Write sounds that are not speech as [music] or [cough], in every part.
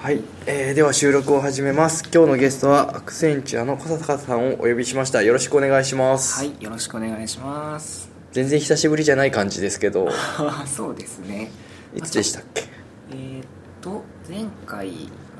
はい、えーでは収録を始めます今日のゲストはアクセンチュアの小坂さんをお呼びしましたよろしくお願いします、はい、よろしくお願いします。 [laughs] 全然久しぶりじゃない感じですけどそうですね。いつでしたっけえーっと前回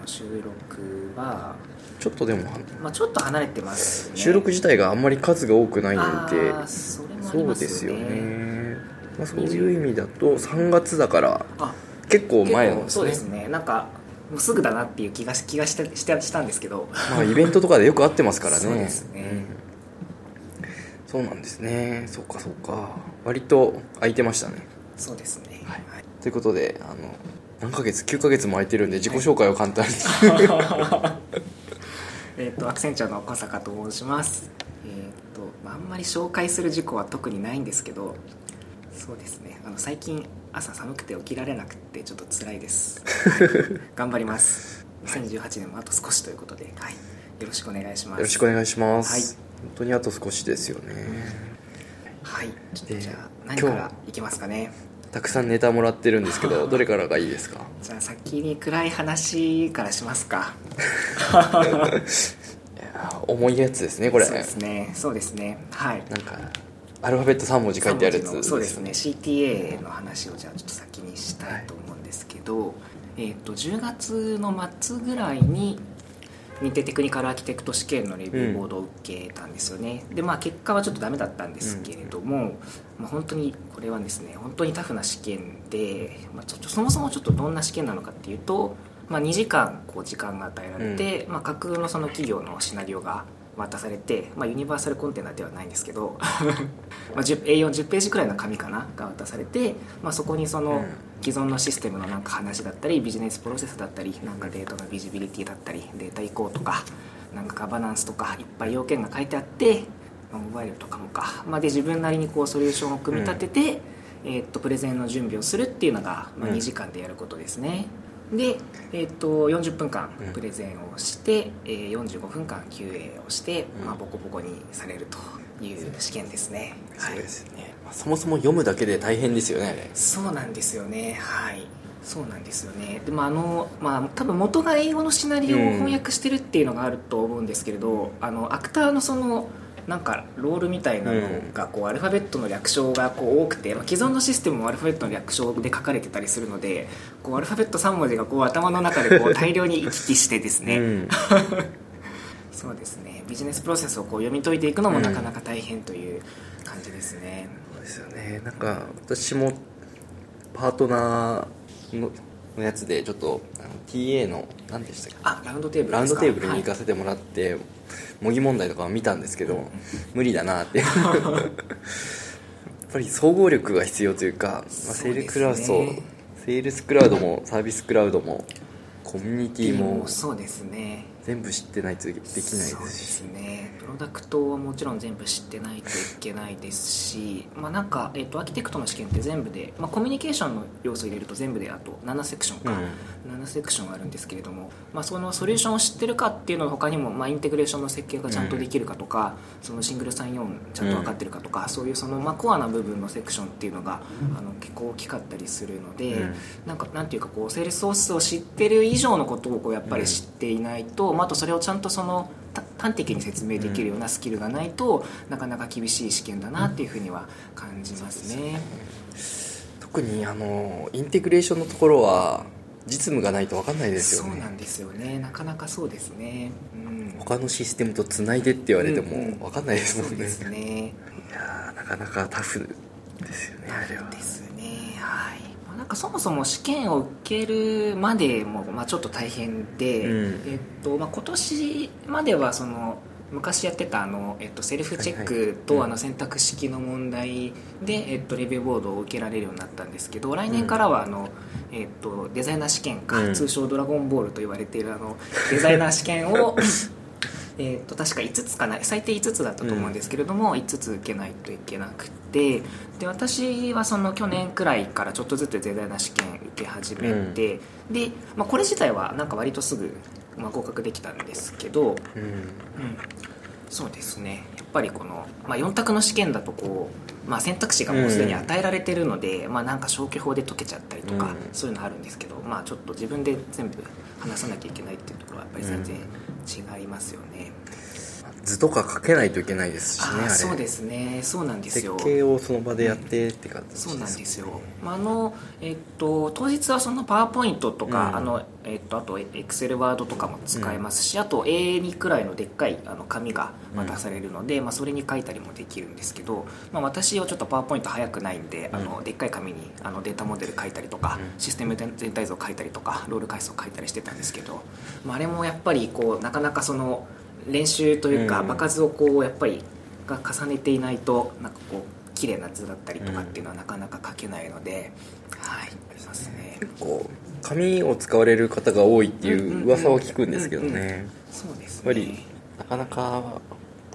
の収録は、ちょっとでも、まあちょっと離れてます、ね。収録自体があんまり数が多くないあのでーそれもありそうまですすよよね。ね、まあ、そういう意味だと3月だからあ、結構前なんで結構すそうねですね。なんかもうすぐだなっていう気がし気がしたしたしたんですけど。まあイベントとかでよく会ってますからねそうですねんそうなんですねそうかそうか割と空いてましたねそうですね。はいということであの何ヶ月9ヶ月も空いてるんで自己紹介を簡単に、 [laughs] えーっとアクセンチャーの小坂と申します。えーっとまああんまり紹介する事故は特にないんですけど。そうですねあの最近朝寒くて起きられなくてちょっと辛いです [laughs] 頑張ります2018年もあと少しということで、はい、よろしくお願いしますよろしくお願いします、はい本当にあと少しですよねはいちょっでとじゃあ何か今ら日いきますかねたくさんネタもらってるんですけ [laughs] どどれからがいいですかじゃあ先に暗い話からしますかいやー重いやつですねこれそうですねそうですねはいなんかアルファベット3文字書いてあるやつ3文字のそうですね CTA の話をじゃあちょっと先にしたいと思うんですけど、えー、と10月の末ぐらいに認定テクニカルアーキテクト試験のレビューボードを受けたんですよね、でまあ結果はちょっとダメだったんですけれども、まあ、本当にこれはですね本当にタフな試験で、まあ、ちょっとそもそもちょっとどんな試験なのかっていうと、まあ、2時間こう時間が与えられて、まあ、架空のその企業のシナリオが渡されて、まあ、ユニバーサルコンテナではないんですけど [laughs] まあ、10 A40 ページくらいの紙かなが渡されて、まあ、そこにその既存のシステムのなんか話だったりビジネスプロセスだったりなんかデータのビジビリティだったりデータ移行とかなんかガバナンスとかいっぱい要件が書いてあって、まあモバイルとかもか、まあ、で自分なりにこうソリューションを組み立てて、えーっとプレゼンの準備をするっていうのが、まあ、うん2時間でやることですね。で、えーっと40分間うんプレゼンをして、えー45分間 QA をして、うんまあ、ボコボコにされるという試験ですね。そうはいですね、まあそもそも読むだけで大変ですよねあれそうなんですよねはいそうなんですよねでもあのまあ多分元が英語のシナリオを翻訳してるっていうのがあると思うんですけれど、あのアクターのそのなんかロールみたいなのがこうアルファベットの略称がこう多くて、まあ、既存のシステムもアルファベットの略称で書かれてたりするのでこうアルファベット3文字がこう頭の中でこう大量に行き来してですね、うんそうですねビジネスプロセスをこう読み解いていくのもなかなか大変という感じですね、そうですよねなんか私もパートナーののやつでちょっとあの TA の何でしたっあラウンドテーブけルラウでンすドかテーブルはにい行かせてもらって、模擬問題とかは見たんですけど、無理だなって [laughs] やっぱり総合力が必要というか、まあ、セそうーですねルクラウド、セールスクラウドもサービスクラウドもコミュニティもそうですね全部知ってないとできないでそうですしすねプロダクトはもちろん全部知ってないといけないですしまあなんか、えっとアーキテクトの試験って全部で、まあ、コミュニケーションの要素入れると全部であと7セクションか、7セクションあるんですけれども、まあ、そのソリューションを知ってるかっていうのの他にも、まあ、インテグレーションの設計がちゃんとできるかとか、そのシングルサインオンちゃんと分かってるかとか、そういうその、まあ、コアな部分のセクションっていうのが、あの結構大きかったりするので、うんなんかなんていうかこうセールスソースを知ってる以上のことをこうやっぱり知っていないと、まあ、あとそれをちゃんとそのた端的に説明できるようなスキルがないと、なかなか厳しい試験だなっていうふうには感じますね。特にあのインテグレーションのところは実務がないと分かんないですよそうねなんですよねなかなかそうですね、うん、他のシステムとつないでって言われてうんうんも分かんないですもんそうね,、ですね。いやーなかなかタフですよねあれはですね。はい。まあなんかそもそも試験を受けるまでもまあちょっと大変で、うんえっとまあ今年まではその昔やってたあのえっとセルフチェックはいとはいあの選択式の問題でえっとレビューボードを受けられるようになったんですけど、来年からはあのえっとデザイナー試験か、うん通称ドラゴンボールと言われているあのデザイナー試験をえー、と確か5つかな最低5つだったと思うんですけれども、5つ受けないといけなくてで私はその去年くらいからちょっとずつデザイナー試験受け始めて、で、まあ、これ自体はなんか割とすぐ、まあ、合格できたんですけど、うんうんそうですねやっぱりこの、まあ、4択の試験だとこう、まあ、選択肢がもうすでに与えられてるので、まあ、なんか消去法で解けちゃったりとうか、んそういうのあるんですけど、まあ、ちょっと自分で全部話さなきゃいけないっていうところはやっぱり全然違いますよね。図とか書けないといけないですしねああれあそうですねそうなんです設よ計をその場でやってって感じですそうなんですよ、まあ、あのえっと当日はそのパワーポイントとか、うんあのえっとあとエクセルワードとかも使えますし、あと A2 くらいのでっかいあの紙がうん渡されるので、まあそれに書いたりもできるんですけど、まあ私はちょっとパワーポイント早くないんで、あうのでっかい紙にあのデータモデル書いたりとか、うんシステム全体像書いたりとか、ロール階層書いたりしてたんですけど、まああれもやっぱりこうなかなかその練習というか、うん場数をこうやっぱりが重ねていないとなんかこう綺麗な図だったりとかっていうのはなかなか書けないので、はいありますね結構紙を使われる方が多いっていう噂は聞くんですけどうんうんうんねそうですやっぱねりなかなか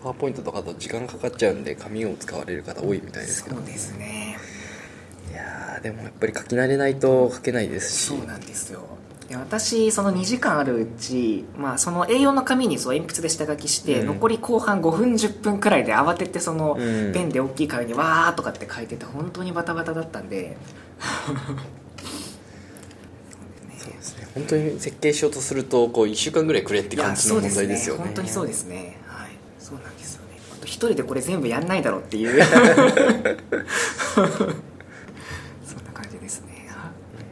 パワーポイントとかだと時間かかっちゃうんで紙を使われる方多いみたいですけどそうですねいやーでもやっぱり書き慣れないと書けないですしそうなんですよで私その2時間あるうち、まあ、その A4 の紙にそう鉛筆で下書きして、うん残り後半5分10分くらいで慌ててその、うんペンで大きい紙に「わー」とかって書いてて本当にバタバタだった [laughs] んでそうですねですね本当に設計しようとするとこう1週間ぐらいくれって感じの問題ですよねいやそう本当にそうですすねはいそうなんですよねあと一人でこれ全部やんないだろうっていう [laughs] そんな感じですね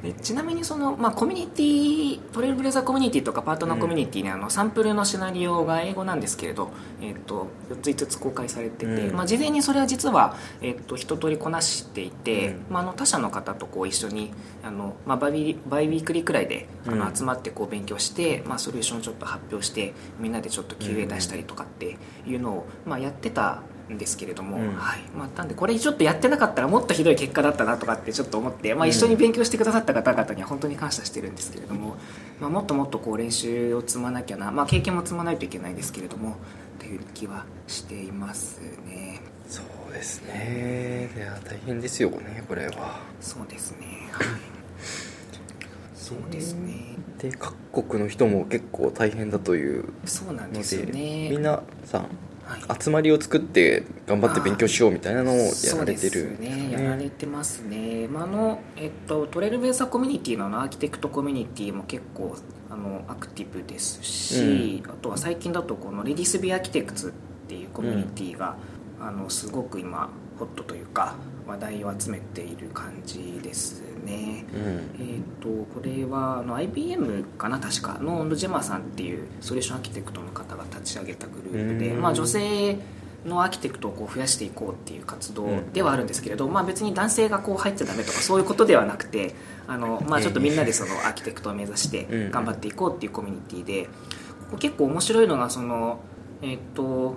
でちなみにその、まあ、コミュニティトレイルブレザーコミュニティとかパートナーコミュニティにあのサンプルのシナリオが英語なんですけれど、えっと4つ5つ公開されてて、うんまあ、事前にそれは実は、えっと一通りこなしていて、うんまあ、あの他社の方とこう一緒にあの、まあ、バイビバイウィークリーくらいであのうん集まってこう勉強して、まあ、ソリューションをちょっと発表してみんなでちょっと QA 出したりとかっていうのを、まあ、やってたんですけれども、うんはいまあ、なんでこれちょっとやってなかったらもっとひどい結果だったなとかってちょっと思って、まあ、うん一緒に勉強してくださった方々には本当に感謝してるんですけれども、まあ、もっともっとこう練習を積まなきゃな、まあ、経験も積まないといけないですけれどもという気はしていますね。そうですねいや大変ですよねこれはそうですね。はい。そうですね。で各国の人も結構大変だというそうなんのですよで、ね。みんなさんはい集まりを作って頑張って勉強しようみたいなのをやそらうれでてするんですかね。やられてますね。まあ、あの、えっと、トレイルベーサーコミュニティのあのアーキテクトコミュニティも結構。あの、アクティブですし、あとは最近だと、このレディスビーアーキテクツっていうコミュニティが。あの、すごく今、ホットというか、話題を集めている感じですね。うんえー、とこれはあの IBM かな確かのジェマさんっていうソリューションアーキテクトの方が立ち上げたグループで、うんまあ、女性のアーキテクトをこう増やしていこうっていう活動ではあるんですけれど、まあ、別に男性がこう入っちゃダメとかそういうことではなくてあの、まあ、ちょっとみんなでそのアーキテクトを目指して頑張っていこうっていうコミュニティでここ結構面白いのがその、えー、と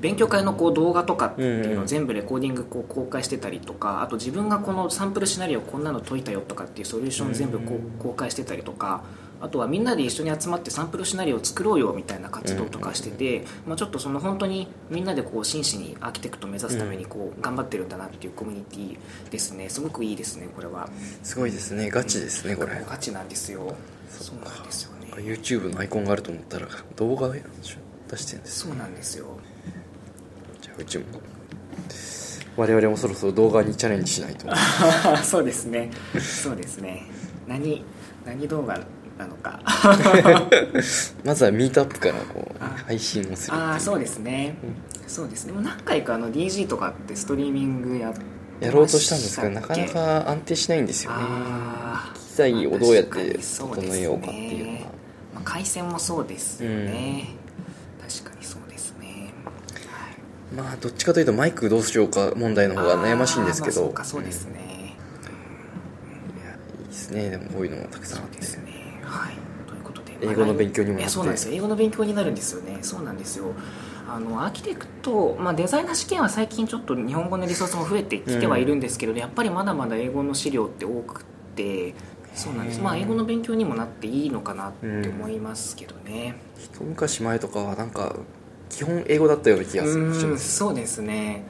勉強会のこう動画とかっていうのを全部レコーディングこう公開してたりとかあと自分がこのサンプルシナリオこんなの解いたよとかっていうソリューション全部こううん公開してたりとかあとはみんなで一緒に集まってサンプルシナリオを作ろうよみたいな活動とかしてて、まあ、ちょっとその本当にみんなでこう真摯にアーキテクトを目指すためにこう頑張ってるんだなっていうコミュニティですねすごくいいですねこれはすごいですねガチですねこれ価値なんですよそうなんですよね YouTube のアイコンがあると思ったら動画を出してるんですそうなんです [laughs] よじゃあうちも我々もそろそろ動画にチャレンジしないとそうですね。そうですね。何何動画なのか。まずはミートアップからこうあ配信をするっていうああそうですね。そうですね。もう何回かあの DG とかってストリーミングやってやろうとしたんですけどなましかたっなけか安定しないんですよねあー機材をどうやって確かにそですね整えようかっていうのはまあ、回線もそうですよね。確かにそうですね。はいまあどっちかというとマイクどうしようか問題の方が悩ましいんですけあーまあそどうかそうですうね。んいやいいですねでもこういうのもたくさんそあっうてですねはいということで英語の勉強にもなっていやそうなんですよ英語の勉強になるんですよねそうなんですよあのアーキテクト、まあ、デザイナー試験は最近ちょっと日本語のリソースも増えてきてはいるんですけど、やっぱりまだまだ英語の資料って多くてそうなんです、まあ、英語の勉強にもなっていいのかなって思いますけどね一昔前とかはなんか基本英語だったような気がしうーまんすそうですね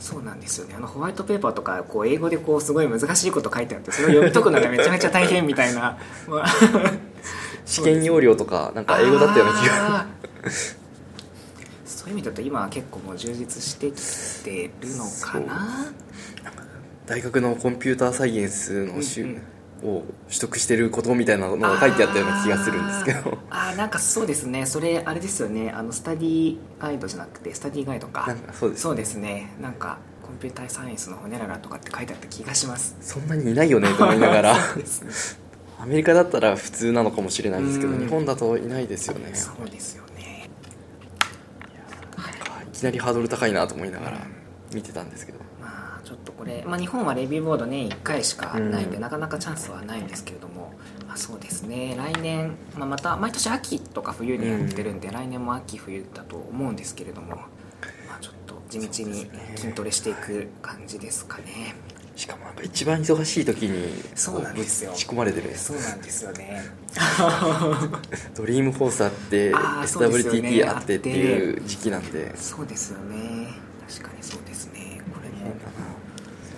そうなんですよねあのホワイトペーパーとかこう英語でこうすごい難しいこと書いてあってそれを読み解くのがめちゃめちゃ大変みたいな、まあ試験要領とかなんか英語だったような気があーそういう意味だと今は結構もう充実してきてるのかな [laughs] 大学のコンピューターサイエンスのしゅ、うんを取得してることみたいなのが書いてあったような気がするんですけどあーあーなんかそうですねそれあれですよねあのスタディガイドじゃなくてスタディガイドかなんかそうですそうですねなんかコンピューターサイエンスのホネララとかって書いてあった気がしますそんなにいないよねと思いな [laughs] がらそうですねアメリカだったら普通なのかもしれないですけどうん日本だといないですよねそうですよねいきなりハードル高いなと思いながら見てたんですけどまあちょっとこれ、まあ、日本はレビューボード年1回しかないんで、うんなかなかチャンスはないんですけれども、まあ、そうですね来年、まあ、また毎年秋とか冬にやってるんで、来年も秋冬だと思うんですけれども、まあ、ちょっと地道に筋トレしていく感じですかねしかもなんか一番忙しい時にそうなんですよこうぶち込まれてるんですそうなんですよねドリームフォースあってあーそうですよね SWTT あってっていう時期なんでそうですよね確かにそうですねこれ変もだな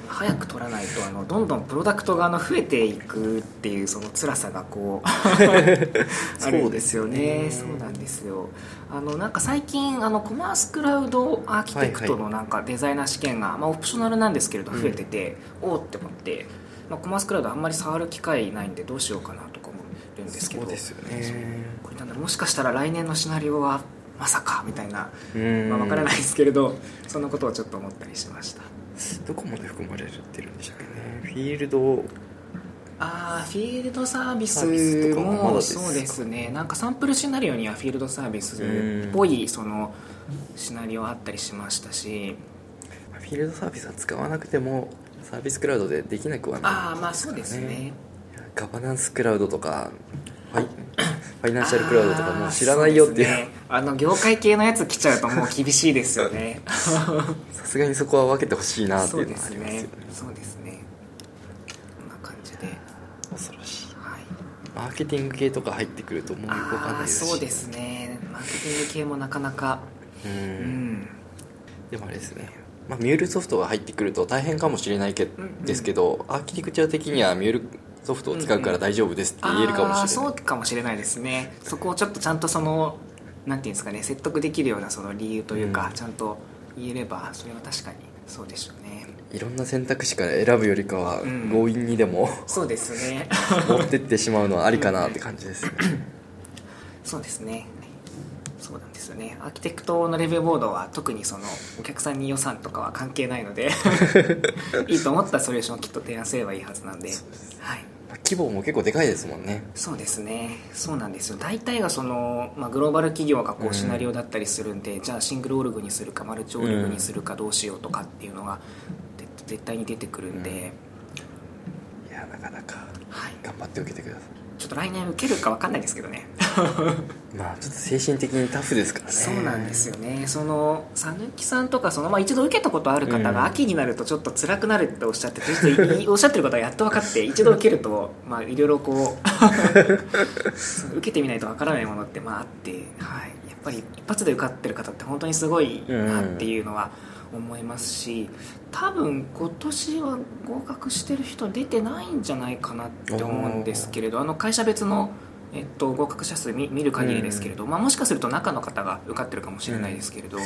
早く取らないとあのどんどんプロダクトがあの増えていくっていうその辛さが [laughs] こうあるんですよねそそですうねうなんですよあのなんか最近あのコマースクラウドアーキテクトのなんかデザイナー試験が、まあ、オプショナルなんですけれどうん増えてて、おおって思って、まあ、コマースクラウドあんまり触る機会ないんでどうしようかなとか思ってるんですけどそうですよねこれなんだろうもしかしたら来年のシナリオはまさかみたいな、うんまあ、分からないですけれどそんなことをちょっと思ったりしました。どこまで含まれてるんでしたっけねフィールドあーフィールドサービサービススとかもまだもですかそうですねなんかサンプルシナリオにはフィールドサービスっぽいそのシナリオあったりしましたしフィールドサービスは使わなくてもサービスクラウドでできなくはないああまあそうですねガバナンスクラウドとかフ [coughs] ァイファイナンシャルクラウドとかもう知らないよっていあーうそうですねあの業界系のやつ来ちゃうともう厳しいですよねさすがにそこは分けてほしいなってそいううの [laughs] ではあすりますよねねそうですねこんな感じで恐ろしいはいマーケティング系とか入ってくるともう動かないああですしそうですねマーケティング系もなかなかううんんでもあれですね、まあ、ミュールソフトが入ってくると大変かもしれないけ、うんうんですけどアーキテクチャ的にはミュールソフトを使うから大丈夫ですって言えるかもしれない、あーそうかもしれないですねそこをちょっとちゃんとそのなんていうんですかね説得できるようなその理由というか、うんちゃんと言えればそれは確かにそうでしょうねいろんな選択肢から選ぶよりかはうん強引にでも、そうです [laughs] ね持ってってしまうのはありかなって感じです [laughs] ねそうですねそうなんですよねアーキテクトのレビューボードは特にそのお客さんに予算とかは関係な [laughs] いのでいいと思ったソリューションをきっと提案すればいいはずなんではい規模も結構でかいですもんねそうですねそうなんですよ大体がその、まあ、グローバル企業がこうんうシナリオだったりするんで、じゃあシングルオルグにするかマルチオルグにするかどうしようとかっていうのがで絶対に出てくるんで、いやなかなかはい、頑張って受けてくださいちょっと来年受けるか分かんないですけどねまあちょっと精神的にタフですからねそうなんですよねその讃岐さんとかその、まあ、一度受けたことある方うんが秋になるとちょっと辛くなるっておっしゃっててちょっといおっしゃってることがやっと分か [laughs] って一度受けるとまあいろいろこう [laughs] 受けてみないと分からないものってまああって、はい、やっぱり一発で受かってる方って本当にすごいなっていうのは思いますし多分今年は合格してる人出てないんじゃないかなって思うんですけれどあの会社別の、えっと、合格者数見見る限りですけれどまあ、もしかすると中の方が受かってるかもしれないですけれど、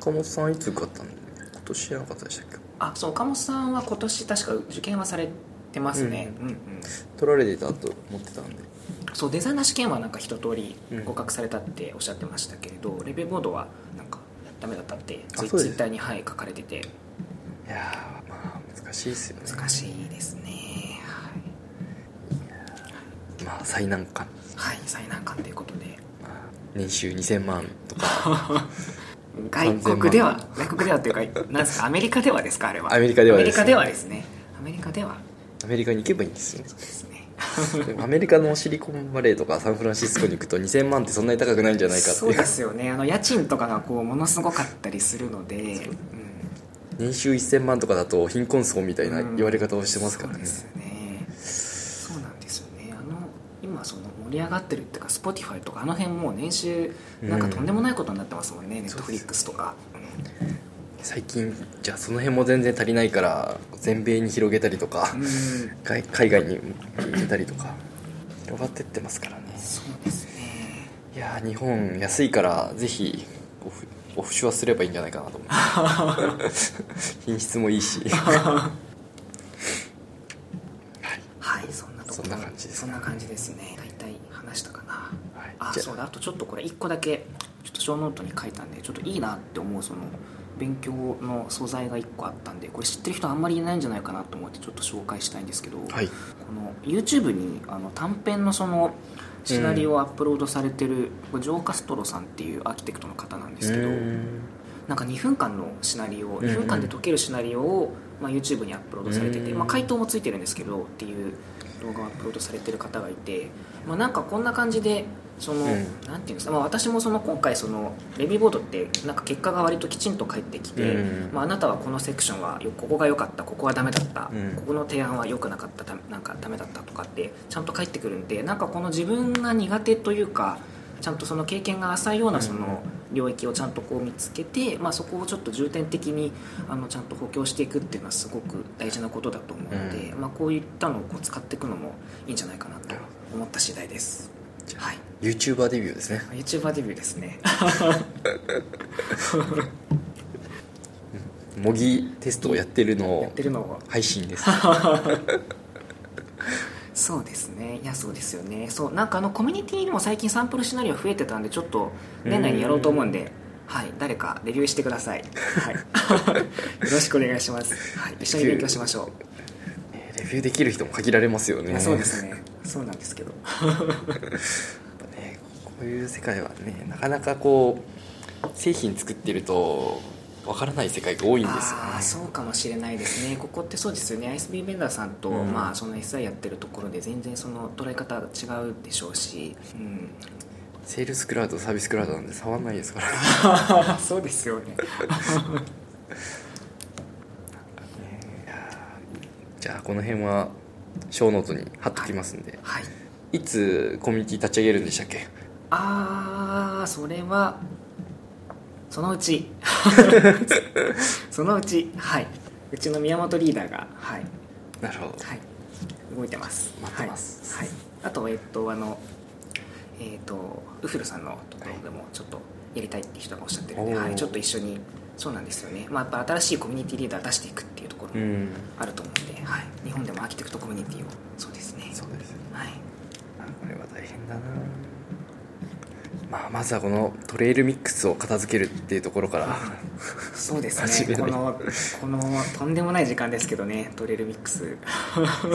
岡本さんいつ受かったの今年じゃなかったでしたっけあそう岡本さんは今年確か受験はされてますね、うんうん取られてたと思ってたんでそうデザイナー試験はなんか一通りうん合格されたっておっしゃってましたけれど、レベルボードはなんかダメだったってあツイそうですツイッターに、はい、書かれてていやーまあ難しいですよね難しいですねはいまあ最難関、はい、最難関ということでまあ、年収2000万とか外国では外国ではというかなんですかアメリカではですかあれはアメリカではアですメリカではですねアメリカではアメリカに行けばいいんですよそうですねで [laughs] もアメリカのシリコンバレーとかサンフランシスコに行くと2000万ってそんなに高くないんじゃないかってそいううですよねあの家賃とかがこうものすごかったりするので、うん、年収1000万とかだと貧困層みたいなうん言われ方をしてますからね、そうですねそうなんですよねあの今その盛り上がってるっていうか Spotify とかあの辺もう年収なんかとんでもないことになってますもんね、Netflix とか最近じゃあその辺も全然足りないから全米に広げたりとか、うん海海外に行けたりとか広がってってますからねそうですねいやー日本安いからぜひこうオフショアすればいいんじゃないかなと思って [laughs] 品質もいいしはいそんなとこそんな感じですそんな感じですね大体話したかなはいあじゃあそうだあとちょっとこれ1個だけちょっと小ノートに書いたんでちょっといいなって思うその勉強の素材が1個あったんでこれ知ってる人あんまりいないんじゃないかなと思ってちょっと紹介したいんですけど、はいこの YouTube にあの短編のそのシナリオをアップロードされてる、これジョー・カストロさんっていうアーキテクトの方なんですけど、なんか2分間のシナリオうん2分間で解けるシナリオを、まあ、YouTube にアップロードされてて、うんまあ、回答もついてるんですけどっていう動画をアップロードされてる方がいて、まあ、なんかこんな感じでその、うんなんていうんですか、まあ、私もその今回そのレビューボードってなんか結果が割ときちんと返ってきて、うんまあ、あなたはこのセクションはよここが良かったここはダメだった、うんここの提案は良くなかったたなんかダメだったとかってちゃんと返ってくるんでなんかこの自分が苦手というかちゃんとその経験が浅いようなその領域をちゃんとこう見つけて、まあ、そこをちょっと重点的にあのちゃんと補強していくっていうのはすごく大事なことだと思うので、まあ、こういったのをこう使っていくのもいいんじゃないかなと思った次第です。はい、 YouTuber デビューですね YouTuber デビューですね模擬テストをやってるのやっをてるのを配信 [laughs] ですそうですねいやそうですよねそうなんかあのコミュニティにも最近サンプルシナリオ増えてたんでちょっと年内にやろうと思うんではい誰かレビューしてください、 [laughs] はい、よろしくお願いします、はい、一緒に勉強しましょレビューできる人も限られますよう、ねいやそうですねそうなんですけどやっぱねこういう世界はねなかなかこう製品作ってるとわからない世界が多いんですよねああそうかもしれないですねここってそうですよね ISB ベンダーさんと、うんまあ、その SI やってるところで全然その捉え方が違うでしょうし、うん、セールスクラウドサービスクラウドなんで触んないですから [laughs] そうですよねじゃあこの辺は小ノートに貼っときますんで、はいい、つコミュニティ立ち上げるんでしたっけあーそれはそのうち [laughs] そのうちはいうちの宮本リーダーがはい、なるほどはい、動いてます待ってますはい、はいあとえっとあのえっとウフルさんのところでもちょっとやりたいって人がおっしゃってるんおで、ーはい、ちょっと一緒にそうなんですよね、まあ、やっぱ新しいコミュニティリーダー出していくっていうとこうろもんあると思うんで、はい、日本でもアーキテクトコミュニティをそうですねそうですはいあこれは大変だなまあまずはこのトレイルミックスを片付けるっていうところ [laughs] からそう [laughs] です始ねめこないのこのとんでもない時間ですけどねトレイルミックスで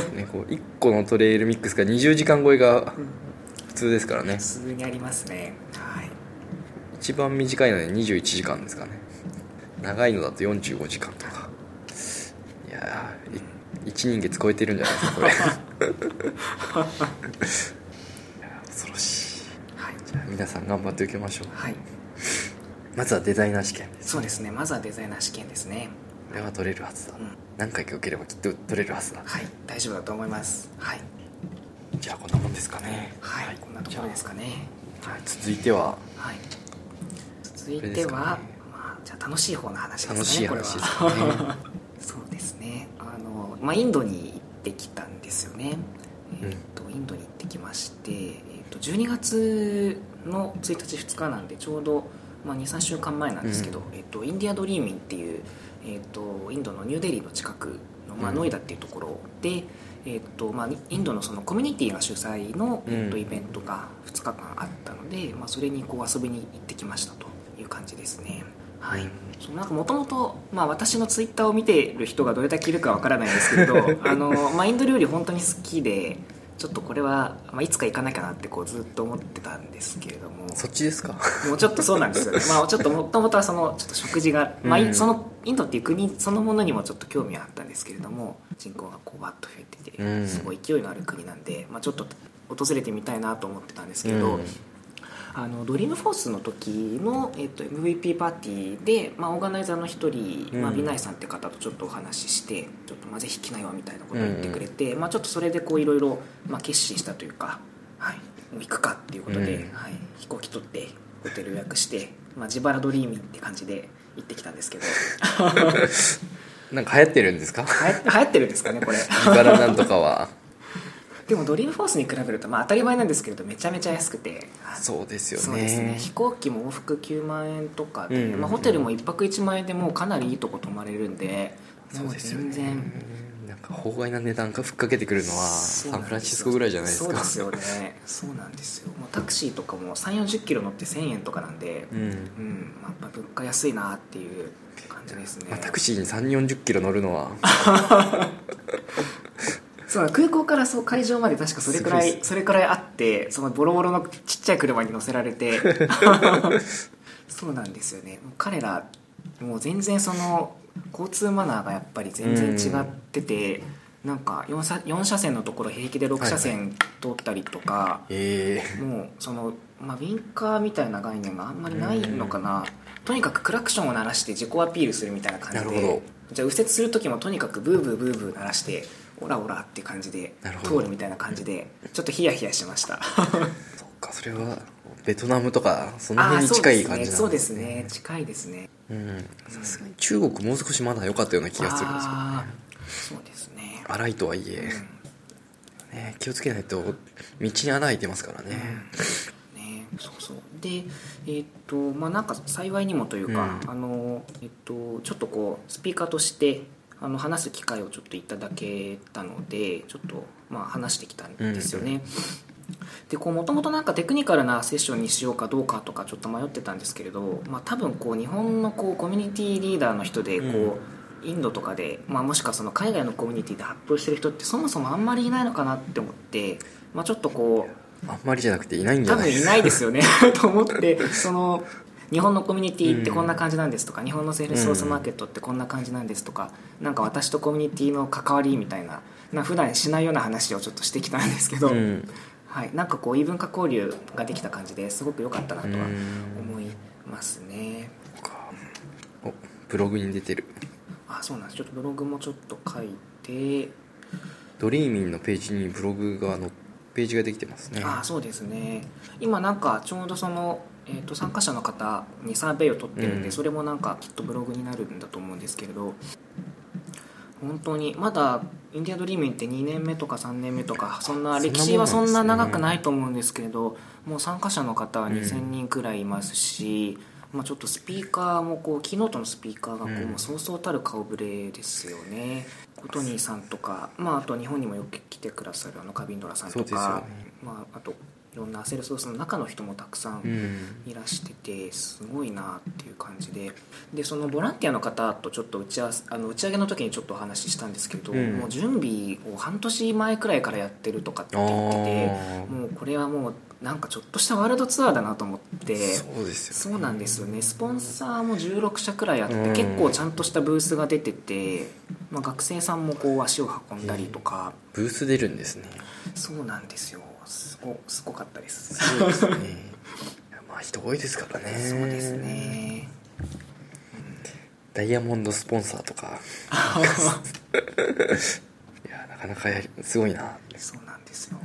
すねこう1個のトレイルミックスが20時間超えが普通ですからね普通にありますねはい一番短いので21時間ですかね長いのだと45時間とかいやー1人月超えてるんじゃないですかこれい [laughs] やー恐ろしいはいじゃあ皆さん頑張って受けましょうはいまずはデザイナー試験ですそうですねまずはデザイナー試験ですねこれは取れるはずだ、うん何回か受ければきっと取れるはずだはい大丈夫だと思いますはいじゃあこんなもんですかねはい、こんなところですかねはい、続いてははい、続いこれてですは、かねまあ、じゃあ楽しい方の話ですかね楽しいこれ話は [laughs] ですかねそうですねあの、まあ、インドに行ってきたんですよね、えーっとインドに行ってきまして、えーっと12月の1日2日なんでちょうど、まあ、23週間前なんですけど、えーっとインディアドリーミンっていう、えーっとインドのニューデリーの近くの、まあ、うんノイダっていうところで、えーっとまあ、インドのそのコミュニティが主催の、えーっとうんイベントが2日間あったので、まあ、それにこう遊びに行ってきましたという感じですね。はい、うんそうなんかもともと私のツイッターを見てる人がどれだけいるかわからないんですけれどあの、まあ、インド料理本当に好きでちょっとこれは、まあ、いつか行かなきゃなってこうずっと思ってたんですけれどもそっちですか [laughs] もうちょっとそうなんですよね、まあ、ちょっともともとはそのちょっと食事が、まあ、うんいそのインドっていう国そのものにもちょっと興味はあったんですけれども人口がこうバッと増えうててんすごい勢いのある国なんで、まあ、ちょっと訪れてみたいなと思ってたんですけど、うんあのドリームフォースの時の、えっと MVP パーティーで、まあ、オーガナイザーの一人、まあ、うんビナイさんって方とちょっとお話ししてちょっとまあぜひ来ないわみたいなことを言ってくれて、まあ、ちょっとそれでこういろいろまあ決心したというか、はい、もう行くかっていうことで、うんはい、飛行機取ってホテル予約して、まあ、自腹ドリーミンって感じで行ってきたんですけど [laughs] なんか流行ってるんですかはや流行ってるんですかねこれ [laughs] 自腹なんとかはでもドリームフォースに比べると、まあ、当たり前なんですけれどめちゃめちゃ安くてそうですよねそうですね飛行機も往復9万円とかで、うんまあ、ホテルも1泊1万円でもうかなりいいとこ泊まれるんでそうですよもねう全然うんなんか法外な値段がふっかけてくるのはそうサなンんですよフランシスコぐらいじゃないですかそうですよねそうなんですよもうタクシーとかも3 4 0キロ乗って1000円とかなんでうんうん、まあ、やっぱ物価安いなっていう感じですね、まあ、タクシーに3 4 0キロ乗るのはそう空港からそう会場まで確かそれくらすごいっいそれくらいあってそのボロボロのちっちゃい車に乗せられ [laughs] てそうなんですよねもう彼らもう全然その交通マナーがやっぱり全然違っててなんか 4, 車4車線のところ平気で6車線通ったりとか、えもうその、まあ、ウィンカーみたいな概念があんまりないのかな、とにかくクラクションを鳴らして自己アピールするみたいな感じなるほでじゃあ右折する時もとにかくブーブーブーブー鳴らしてオラオラって感じでなるほど通るみたいな感じでちょっとヒヤヒヤしましたー、そっかそれはベトナムとかそのああ辺に近いそう感でじなすねそんうですね近いですねうんさすがに中国もう少しまだ良かったような気がするんですよあーそうですね荒いとはいえ、ね、気をつけないと道に穴開いてますからね、ね、そうそうでえっとまあなんか幸いにもというか、うんあのえっとちょっとこうスピーカーとしてあの話す機会をちょっといただけたのでちょっとまあ話してきたんですよね。でこうもともとなんかテクニカルなセッションにしようかどうかとかちょっと迷ってたんですけれど、まあ、多分こう日本のこうコミュニティリーダーの人でこう、インドとかで、まあ、もしくはその海外のコミュニティで発表してる人ってそもそもあんまりいないのかなって思って、まあ、ちょっとこうあんまりじゃなくていないんじゃ多な分いでいすなかいですよね [laughs] と思ってその日本のコミュニティってこんな感じなんですとか、日本のセールスソースマーケットってこんな感じなんですとか、なんか私とコミュニティの関わりみたいなな普段しないような話をちょっとしてきたんですけど、うんはい、なんかこう異文化交流ができた感じですごく良かったなとはうん思いますね。おブログに出てるあそうなんですちょっとブログもちょっと書いてドリーミーのページにブログがのページができてますねあそうですね今なんかちょうどその、えー、と参加者の方にサーベイを取ってるんで、うんそれもなんかきっとブログになるんだと思うんですけれど本当にまだインディアドリームって2年目とか3年目とかそんな歴史はそそんんななもんなんですね長くないと思うんですけれどもう参加者の方は2000人くらいいますし、まあ、ちょっとスピーカーもこうキーノートのスピーカーがこう、うんもうそうそうたる顔ぶれですよねコトニーさんとか、まあ、あと日本にもよく来てくださるあのカビンドラさんそうですとよかね、まあ、あといろんなセルソースの中の人もたくさうんんいらしててすごいなっていう感じででそのボランティアの方とちょっと打ち合わせあの打ち上げの時にちょっとお話ししたんですけど、うんもう準備を半年前くらいからやってるとかってああ言っててもうこれはもうなんかちょっとしたワールドツアーだなと思って。そうですそようねなんですよねスポンサーも16社くらいあって、うん結構ちゃんとしたブースが出てて、まあ、学生さんもこう足を運んだりとか、ブース出るんですねそうなんですよすごすごかったですそうです [laughs] ねいやまあ人多いですからねそうですねダイヤモンドスポンサーとか [laughs] いやなかなかやりすごいなそうなんですよ、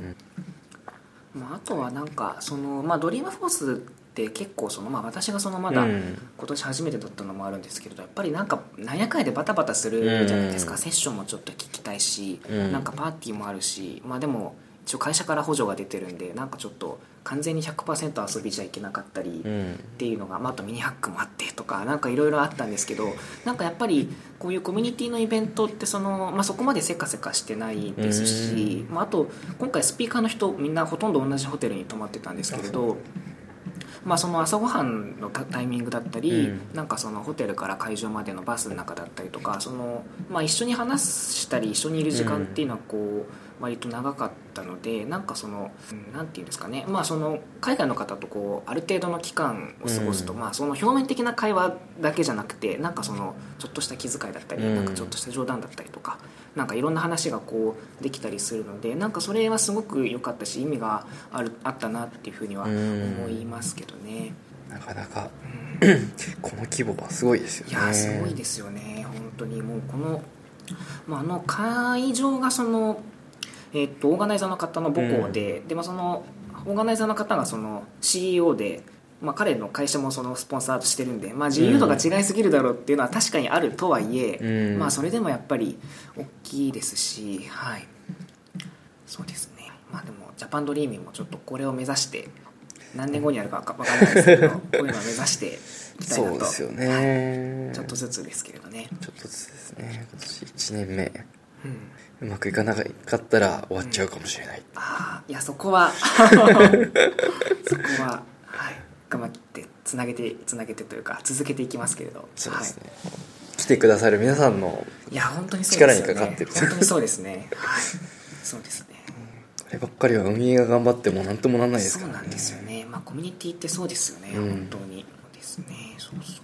まあ、あとはなんかその、まあ、ドリームフォースって結構その、まあ、私がそのまだうん今年初めてだったのもあるんですけれどやっぱりなんかなんやかんやでバタバタするじゃないですか、うんセッションもちょっと聞きたいし、うんなんかパーティーもあるし、まあ、でも一応会社から補助が出てるんでなんかちょっと完全に100%遊びじゃいけなかったり、うんっていうのが、まあ、あとミニハックもあってとかなんかいろいろあったんですけどなんかやっぱりこういうコミュニティのイベントってその、まあ、そこまでせかせかしてないですし、まあ、あと今回スピーカーの人みんなほとんど同じホテルに泊まってたんですけれど。まあ、その朝ごはんのタタイミングだったり、うんなんかそのホテルから会場までのバスの中だったりとかその、まあ、一緒に話したり一緒にいる時間っていうのはこう、割と長かったのでなんかそのうんなんていうんですかね、まあ、その海外の方とこうある程度の期間を過ごすと、うんまあ、その表面的な会話だけじゃなくてなんかそのちょっとした気遣いだったり、うんなんかちょっとした冗談だったりとかなんかいろんな話がこうできたりするのでなんかそれはすごく良かったし意味があるあったなっていうふうにはうん思いますけどね。なかなか [coughs] この規模はすごいですよいねやーすごいですよね、本当にもうこの、まあ、あの会場がその、えーっとオーガナイザーの方の母校で、でまあ、そのオーガナイザーの方がその CEO で、まあ、彼の会社もそのスポンサーとしてるんで、まあ、自由度が違いすぎるだろうっていうのは確かにあるとはいえ、うんまあ、それでもやっぱり大きいですし、はい、そうですね。まあでもジャパンドリーミーもちょっとこれを目指して何年後にやるかわかわからないで [laughs] すけどこういうのを目指していきたいなそうとですよね、ちょっとずつですけれどね、ちょっとずつですね今年1年目うん、うまくいかなかったら終わっちゃうかもしれない、ああいやそこ [laughs] はそこははい頑張ってつなげてつなげてというか続けていきますけれどそうですね、来てくださる皆さんのはい、いや本当にそうですよね力にかかってる本当にそうですねはいそうですねこればっかりは運営が頑張っても何ともなんないですかそうら、ね、なんですよねまあコミュニティってそうですよね、うん本当にそうですねそうそう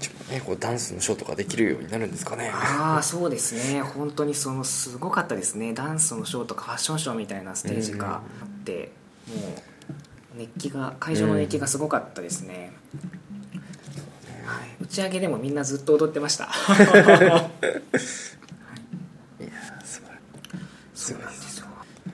ちょっとねこうダンスのショーとかできるようになるんですかねああそうですね本当にそのすごかったですねダンスのショーとかファッションショーみたいなステージがあって、もう熱気が会場の熱気がすごかったですね、はい、打ち上げでもみんなずっと踊ってましたいやー素晴らしいそうなんですよ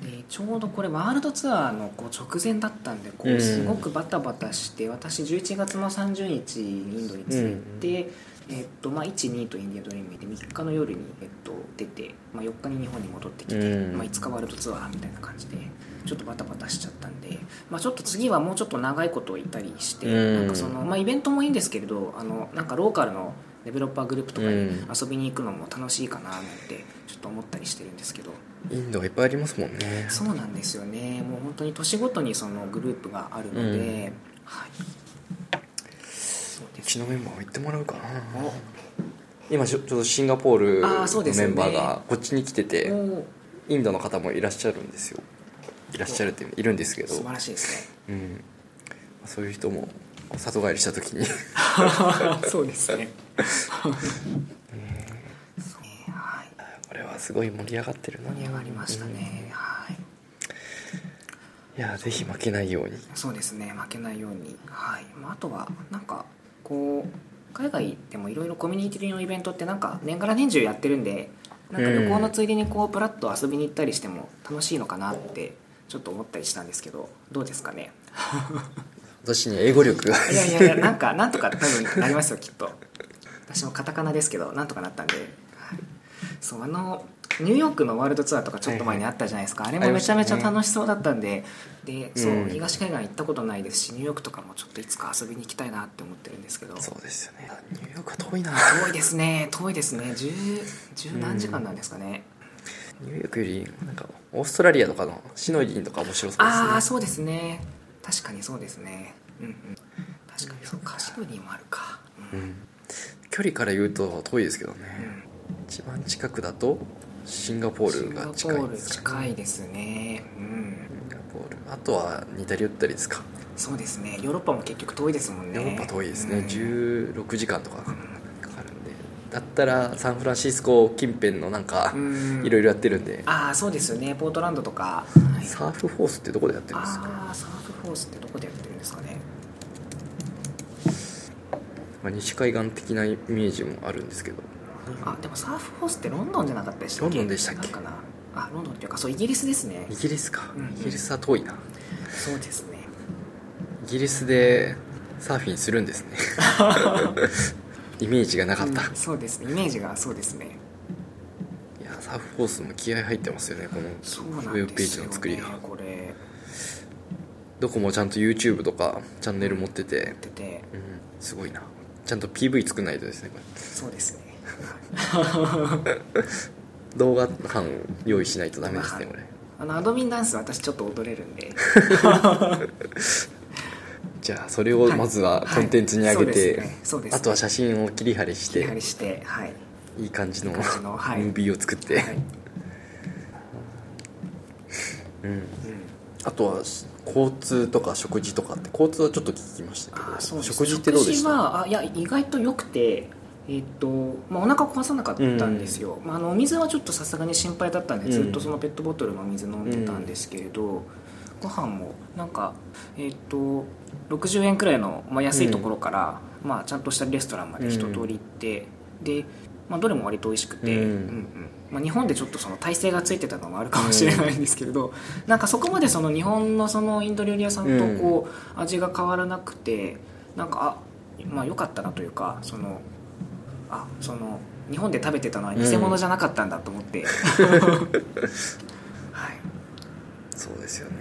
でちょうどこれワールドツアーのこう直前だったんでこううんすごくバタバタして私11月の30日にインドに着いて、えっとまあ、12とインディアドリームで3日の夜に、えっと、出て、まあ、4日に日本に戻ってきて、うんまあ、5日ワールドツアーみたいな感じでちょっとバタバタしちゃったんで、まあ、ちょっと次はもうちょっと長いこといたりして、うんなんかそのまあ、イベントもいいんですけれどあのなんかローカルのデベロッパーグループとかにうん遊びに行くのも楽しいかななんてちょっと思ったりしてるんですけど。インドはいっぱいありますもんねそうなんですよねもう本当に年ごとにそのグループがあるので、うんはいそううでちすのメンバーも行ってもらうかなお今ちょちょうどシンガポールあーそうでのすメよンねバーがこっちに来てて、おインドの方もいらっしゃるんですよいらっしゃるっていういるんですけど素晴らしいですうん、そういう人もこう里帰りした時に [laughs] ね [laughs] そうですねそうねはいこれはすごい盛り上がってるな盛り上がりましたね、はいいやぜひ負けないようにそうですね負けないように、はいまあ、あとはなんかこう海外でもいろいろコミュニティのイベントってなんか年がら年中やってるんでなんか旅行のついでにこうプラッと遊びに行ったりしても楽しいのかなってちょっと思ったりしたんですけどどうですかね私に英語力がいやい [laughs] やいやなんかなんとか多分なりますよきっと私もカタカナですけどなんとかなったんで、はいそうあのニューヨークのワールドツアーとかちょっと前にあったじゃないですか、あれもめちゃめちゃ楽しそうだったんででそう、うん東海岸行ったことないですしニューヨークとかもちょっといつか遊びに行きたいなって思ってるんですけど遠そうですよねニューヨークは遠いないですね遠いですね十十何時間なんですかね、ニューヨークよりなんかオーストラリアとかのシノリンとか面白そうですねああそうですね確かにそうですねうんうん確かにそうかシドニーもあるか、うんうん、距離から言うと遠いですけどね、うん一番近くだとシンガポールが近いシンガポんーでルすかね近いですねうんシンガポールあとは似たり寄ったりですかそうですねヨーロッパも結局遠いですもんねヨーロッパ遠いですね、うん16時間とかかかるんでだったらサンフランシスコ近辺のなんかうんいろいろやってるんで、ああそうですよねポートランドとか、はいサーフフォースってどこでやってるんですか、ああサーフフォースってどこでやってるんですかねまあ、西海岸的なイメージもあるんですけどあでもサーフフォースってロンドンじゃなかったでしたっけロンドンでしたっけ違うかなあロンドンっていうかそうイギリスですねイギリスか、うんイギリスは遠いなそうですねイギリスでサーフィンするんですね [laughs] イメージがなかった、うんそうですねイメージがそうですねいやサーフフォースも気合入ってますよねこのそうなんですよ、ウね、ェブページの作りがこれどこもちゃんと YouTube とかチャンネル持ってて出てうんすごいなちゃんと PV 作んないとですねこれそうですね動画班を用意しないとダメですねこれあのアドミンダンス私ちょっと踊れるんでじゃあそれをまずはコンテンツに上げて、はいはいそうですねそうですねあとは写真を切り貼りし切り貼てりしてはいいい感じのいい感じのはいムービーを作って、はい、うん、うんあとは交通とか食事とかって交通はちょっと聞きましたけあどーそうです食事ってどうでし食た事はあいや意外と良くてえっとまあ、お腹壊さなかったんですよ、まあ、あのお水はちょっとさすがに心配だったんで、うんずっとそのペットボトルの水飲んでたんですけれど、ご飯もなんか、えっと60円くらいの、まあ、安いところから、まあ、ちゃんとしたレストランまで一通り行って、で、まあ、どれも割と美味しくて、うんうんうんまあ、日本でちょっとその体勢がついてたのもあるかもしれないんですけれど、なんかそこまでその日本のそのインド料理屋さんとこう、味が変わらなくてなんかあまあ良かったなというかそのあその日本で [laughs] 食べてたのは偽物じゃなかったんだと思って、はいそうですよね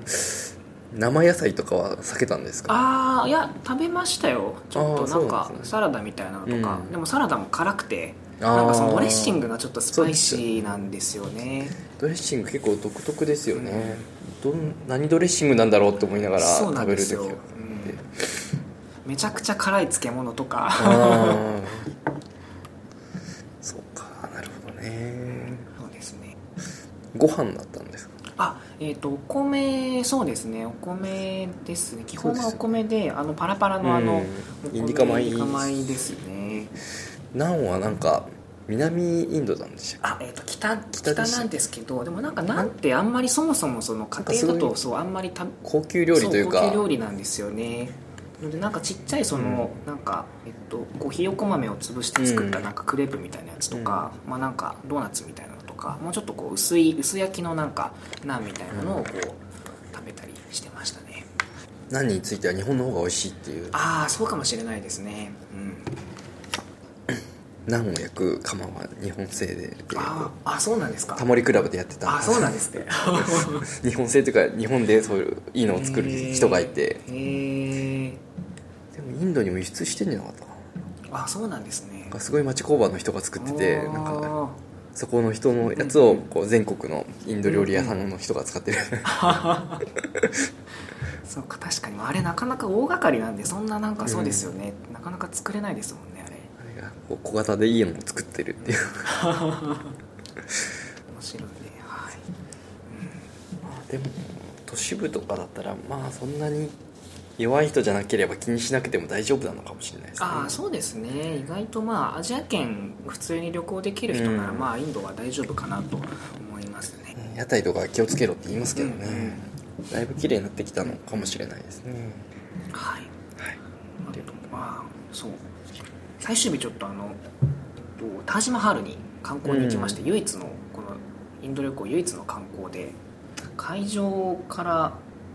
日本生野菜とかは避けたんですかああいや食べましたよちょっあーとなんかそうなんですねサラダみたいなのとか、うんでもサラダも辛くてあーなんかそのドレッシングがちょっとスパイシーなんですよねドレッシング結構独特ですよね、どん何ドレッシングなんだろうと思いながらそうな食んべでるす時よはうんめちゃくちゃ辛い漬物とかあーそうかなるほどね [laughs] そうですねご飯だったんですかあえっ、とお米そうですねお米ですね基本そうはですおよね米であのパラパラのあの、うんお米インディカ米インディカ米ですねナンはなんか南インドなんでしたっあえー、と北北北でしたなんですけどでもなんかなんてあんまりそもそもその家な庭んだかそういとうそうあんまり食べけ高級料理というかそう高級料理なんですよねなのでなんかちっちゃいその、なんか、えっと、こうひよこ豆を潰して作ったうんなんかクレープみたいなやつとか、まあなんかドーナツみたいなのとかもうちょっとこう薄い薄焼きのなんかナンみたいなのをこう食べたりしてましたねナンについては日本の方が美味しいっていうああそうかもしれないですねうんナンを焼く釜は日本製であーあそうなんですかタモリクラブでやってたあそうなんで [laughs] すね日本製というか日本でそういういいのを作る人がいてへーでもインドにも輸出してんじゃなかったかなあそうなんですねなんかすごい町工場の人が作っててなんかあそこの人のやつをこう全国のインド料理屋さんの人が使ってる [laughs] ーそうか確かにあれなかなか大掛かりなんでそんななんかそうですよね、なかなか作れないですもんねあれあれがこう小型でいいのを作ってるっていう面白いねはいまあでも都市部とかだったらまあそんなに弱い人じゃなければ気にしなくても大丈夫なのかもしれないですねああそうですね意外とまあアジア圏普通に旅行できる人なら、うんまあインドは大丈夫かなと思いますね、うん屋台とか気をつけろって言いますけどね、だいぶ綺麗になってきたのかもしれないですね、はいはい、あとまあそう最終日ちょっとあの、えっと、タージマハールに観光に行きまして、唯一のこのインド旅行唯一の観光で会場から、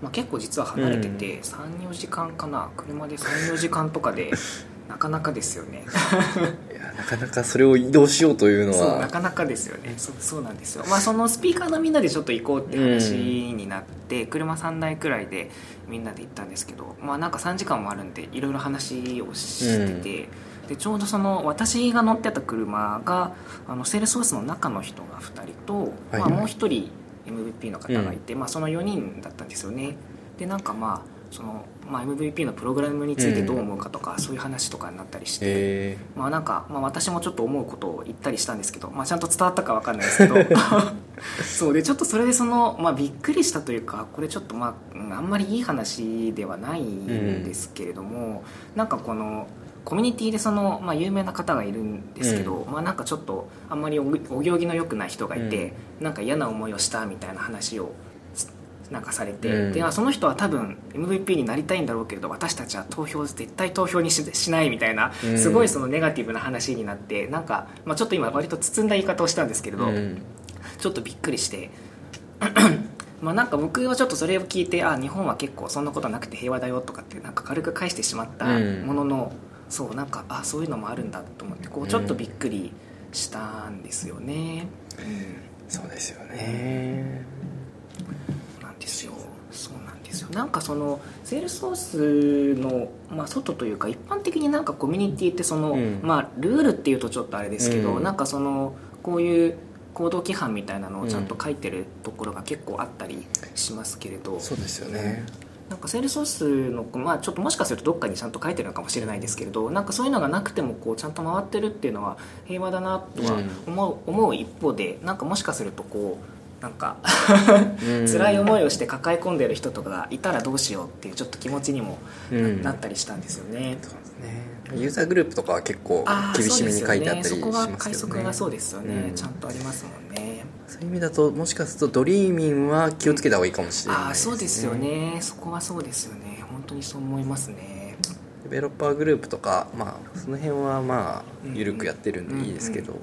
まあ、結構実は離れてて、34時間かな車で34時間とか [laughs] でなかなかですよねいやなかなかそれを移動しようというのそうなはかなかですよねそうそうなんですよまあそのスピーカーのみんなでちょっと行こうって話になって、車3台くらいでみんなで行ったんですけどまあなんか3時間もあるんでいろいろ話をしてて、でちょうどその私が乗ってた車があのセールスフォースの中の人が2人と、はいまあ、もう1人 MVP の方がいて、まあ、その4人だったんですよねでなんかまあその、まあ、MVP のプログラムについてどう思うかとか、そういう話とかになったりして、えまあなんか、まあ、私もちょっと思うことを言ったりしたんですけど、まあ、ちゃんと伝わったかわかんないですけ [laughs] どそうでちょっとそれでその、まあ、びっくりしたというかこれちょっと、まあうん、あんまりいい話ではないんですけれども、なんかこのコミュニティでその、まあ、有名な方がいるんですけど、まあ、なんかちょっとあんまりおお行儀の良くない人がいて、なんか嫌な思いをしたみたいな話をつなんかされて、うんであその人は多分 MVP になりたいんだろうけれど私たちは投票絶対投票にししないみたいなうんすごいそのネガティブな話になってなんか、まあ、ちょっと今割と包んだ言い方をしたんですけれーど、うんちょっとびっくりして [clears throat] まあなんか僕はちょっとそれを聞いてあ日本は結構そんなことなくて平和だよとかってなんか軽く返してしまったうんものの、そうなんかあそういうのもあるんだと思ってこうちょっとびっくりしたんですよね。うんそうですよねなんですよそうなんですよなんかそのセールスフォースの、まあ、外というか一般的になんかコミュニティってその、うんまあ、ルールっていうとちょっとあれですけど、うんなんかそのこういう行動規範みたいなのをちゃんと書いてるところが結構あったりしますけれど、そうですよねなんかセールスフォースの、まあ、ちょっともしかするとどっかにちゃんと書いてるのかもしれないですけれどなんかそういうのがなくてもこうちゃんと回ってるっていうのは平和だなとは思う,、思う一方でなんかもしかするとこうなんか辛い思いをして抱え込んでる人とかがいたらどうしようっていうちょっと気持ちにもいうんなったりしたんですよね。そうですねユーザーグループとかは結構あー厳しめに書いてあったりそしうですますよねそこはけ快ど速ねがそうですよね、うんちゃんとありますもんね。そういう意味だともしかするとドリーミンは気をつけた方がいいかもしれないああそうですよねそこはそうですよね本当にそう思いますね。デベロッパーグループとかまあその辺はまあうん緩くやってるんでいいですけど、う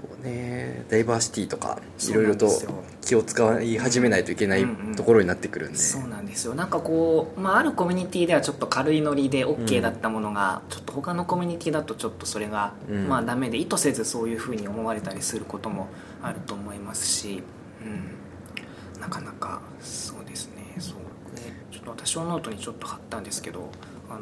こうねダイバーシティとかいそうろいなろんでとすよ気を使い始めないといけないうんうんところになってくるんで、そうなんですよなんかこう、まあ、あるコミュニティではちょっと軽いノリで OK だったものが、ちょっと他のコミュニティだとちょっとそれが、うんまあダメで意図せずそういうふうに思われたりすることもあると思いますし、うん、なかなかそうですねそうちょっと私はノートにちょっと貼ったんですけどあの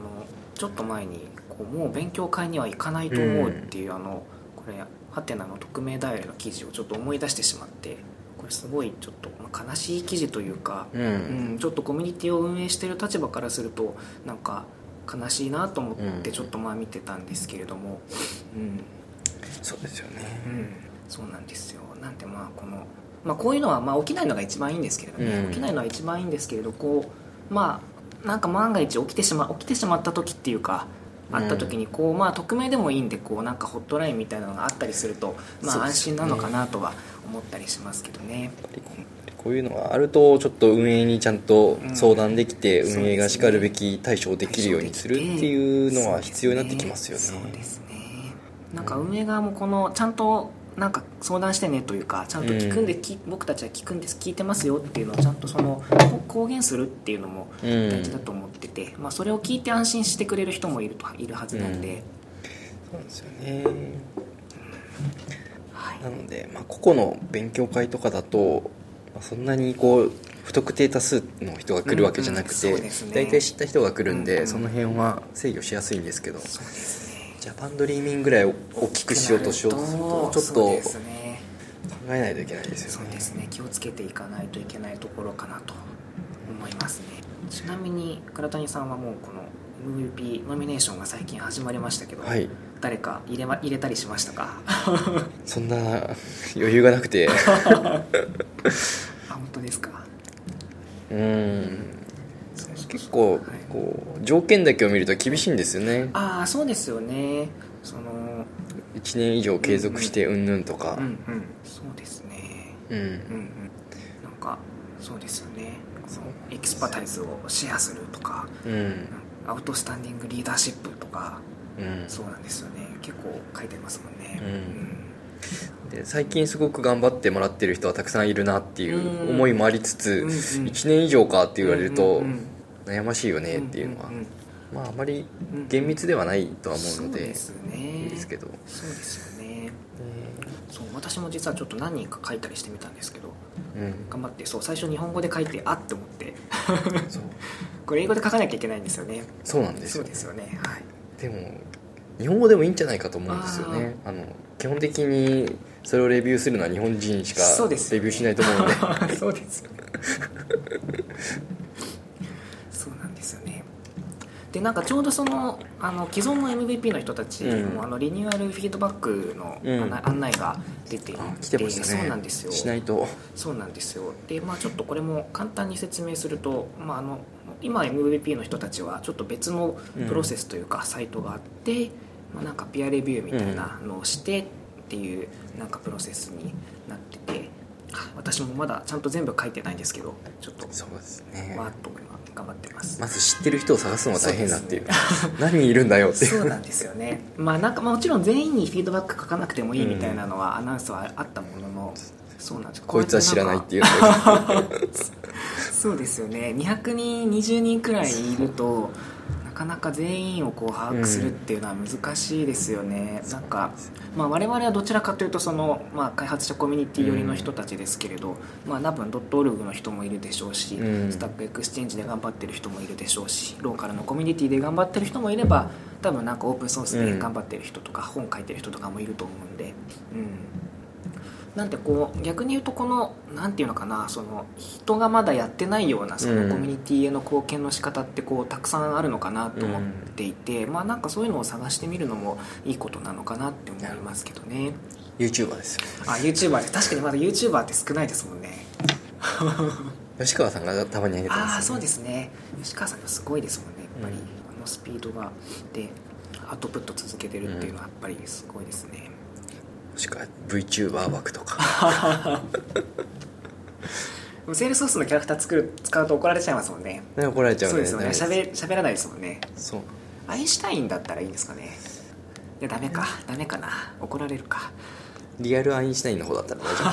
ちょっと前にこうもう勉強会には行かないと思うっていう、あのこれハテナの匿名ダイヤルの記事をちょっと思い出してしまってこれすごいちょっと、まあ悲しい記事というか、うんうん、ちょっとコミュニティを運営している立場からするとなんか悲しいなと思っうてんちょっとまあ見てたんですけれども、うんそうですよねうん、そうなんですよなんでまあこの、まあ、こういうのはまあ起きないのが一番いいんですけれどね、うん起きないのは一番いいんですけれどこうまあなんか万が一起きてしま起きてしまった時っていうかあった時にこう、まあ匿名でもいいんでこうなんかホットラインみたいなのがあったりするとまそうあで安すね心なのかなとは思ったりしますけどね。こういうのがあるとちょっと運営にちゃんと相談できてうん運営がしかるべき対処をできるようにするっていうのは必要になってきますよそうねですねなんか運営側もこのちゃんとなんか相談してねというかちゃんと聞くんで、き僕たちは聞くんです聞いてますよっていうのをちゃんとそのこ公言するっていうのもうん大事だと思ってて、まあ、それを聞いて安心してくれる人もいるといるはずなんで、そうなんですよねはいなので、まあ、個々の勉強会とかだとまあそんなにこう不特定多数の人が来るわけじゃなくうんて、うんそうですね大体知った人が来るんで、うんその辺は制御しやすいんですけどそうですねジャパンドリーミングぐらいを大きくしようとしようとするとちょっとそう考ですねえないといけないですそようねですね気をつけていかないといけないところかなと思いますねちなみに倉谷さんはもうこの MVP ノミネーションが最近始まりましたけど、はい誰か入れ,、ま、入れたりしましたか [laughs] そんな余裕がなくてあ本当ですかうんそう結構はいこう条件だけを見ると厳しいんですよねああそうですよねその1年以上継続してうんぬんとかうんうんそうですねううんんうんなんかそうですよねそのエキスパタイズをシェアするとかうんアウトスタンディングリーダーシップとかうんそうなんですよね結構書いてますもんねうんで最近すごく頑張ってもらってる人はたくさんいるなっていう思いもありつうんうんつ1年以上かって言われるとうんうん悩ましいよねっていうのはんんまああまりうん厳密ではないとは思うのそうでですねいいですけどそうですよねそう私も実はちょっと何人か書いたりしてみたんですけどうん頑張ってそう最初日本語で書いてあって思ってそうこれ英語で書かなきゃいけないんですよねそうなんですそようですよねはいでも日本語でもいいんじゃないかと思うんですよねあの基本的にそれをレビューするのは日本人しかそうですレよビュねーしないと思う [laughs] のでそうですよねそうなんですよねでなんかちょうどそのあの既存の MVP の人たちも、うんあのリニューアルフィードバックのうん案内,、案内が出ていあ来てましたねそうなんですよしないとそうなんですよでまあちょっとこれも簡単に説明すると、まあ、あの今 MVP の人たちはちょっと別のプロセスというかサイトがあって、まあ、なんかピアレビューみたいなのをしてっていうなんかプロセスになってて私もまだちゃんと全部書いてないんですけどちょっとそうですねわーっと今頑張ってますまず知ってる人を探すのが大変だっていうそ何人いるんだよっていそううなんですよ [laughs] ねまあなんかまあもちろん全員にフィードバック書かなくてもいいみたいなのはアナウンスはあったものの、そうなんですこいつは知らないっていうそうですよね200人20人くらいいるとなかなか全員をこう把握するっていうのは難しいですよね、なんか、まあ、我々はどちらかというとその、まあ、開発者コミュニティ寄りの人たちですけれど、まあ、多分ドットオルグの人もいるでしょうし、うんスタックエクスチェンジで頑張ってる人もいるでしょうしローカルのコミュニティで頑張ってる人もいれば多分なんかオープンソースで頑張ってる人とか、本書いてる人とかもいると思うんで。うんなんでこう逆に言うとこのなんていうのかなその人がまだやってないようなそうんのコミュニティへの貢献の仕方ってこうたくさんあるのかなと思っていて、まあなんかそういうのを探してみるのもいいことなのかなって思いますけどね [laughs] YouTuber ですよあ YouTuber って確かにまだ YouTuber って少ないですもんね吉川さんがたまにあげてます、ああーそうですね吉川さんがすごいですもんねやっぱり、うんあのスピードがでアウトプット続けてるっていうのはやっぱりすごいですね、もしくは VTuber 枠とかでもセールスソースのキャラクター作る使うと怒られちゃいますもんねね怒られちゃうそんうですよねダメで喋喋らないですもんねすそうアインシュタインだったらいいんですかねいやダメかダメかな怒られるかリアルアインシュタインの方だったら大丈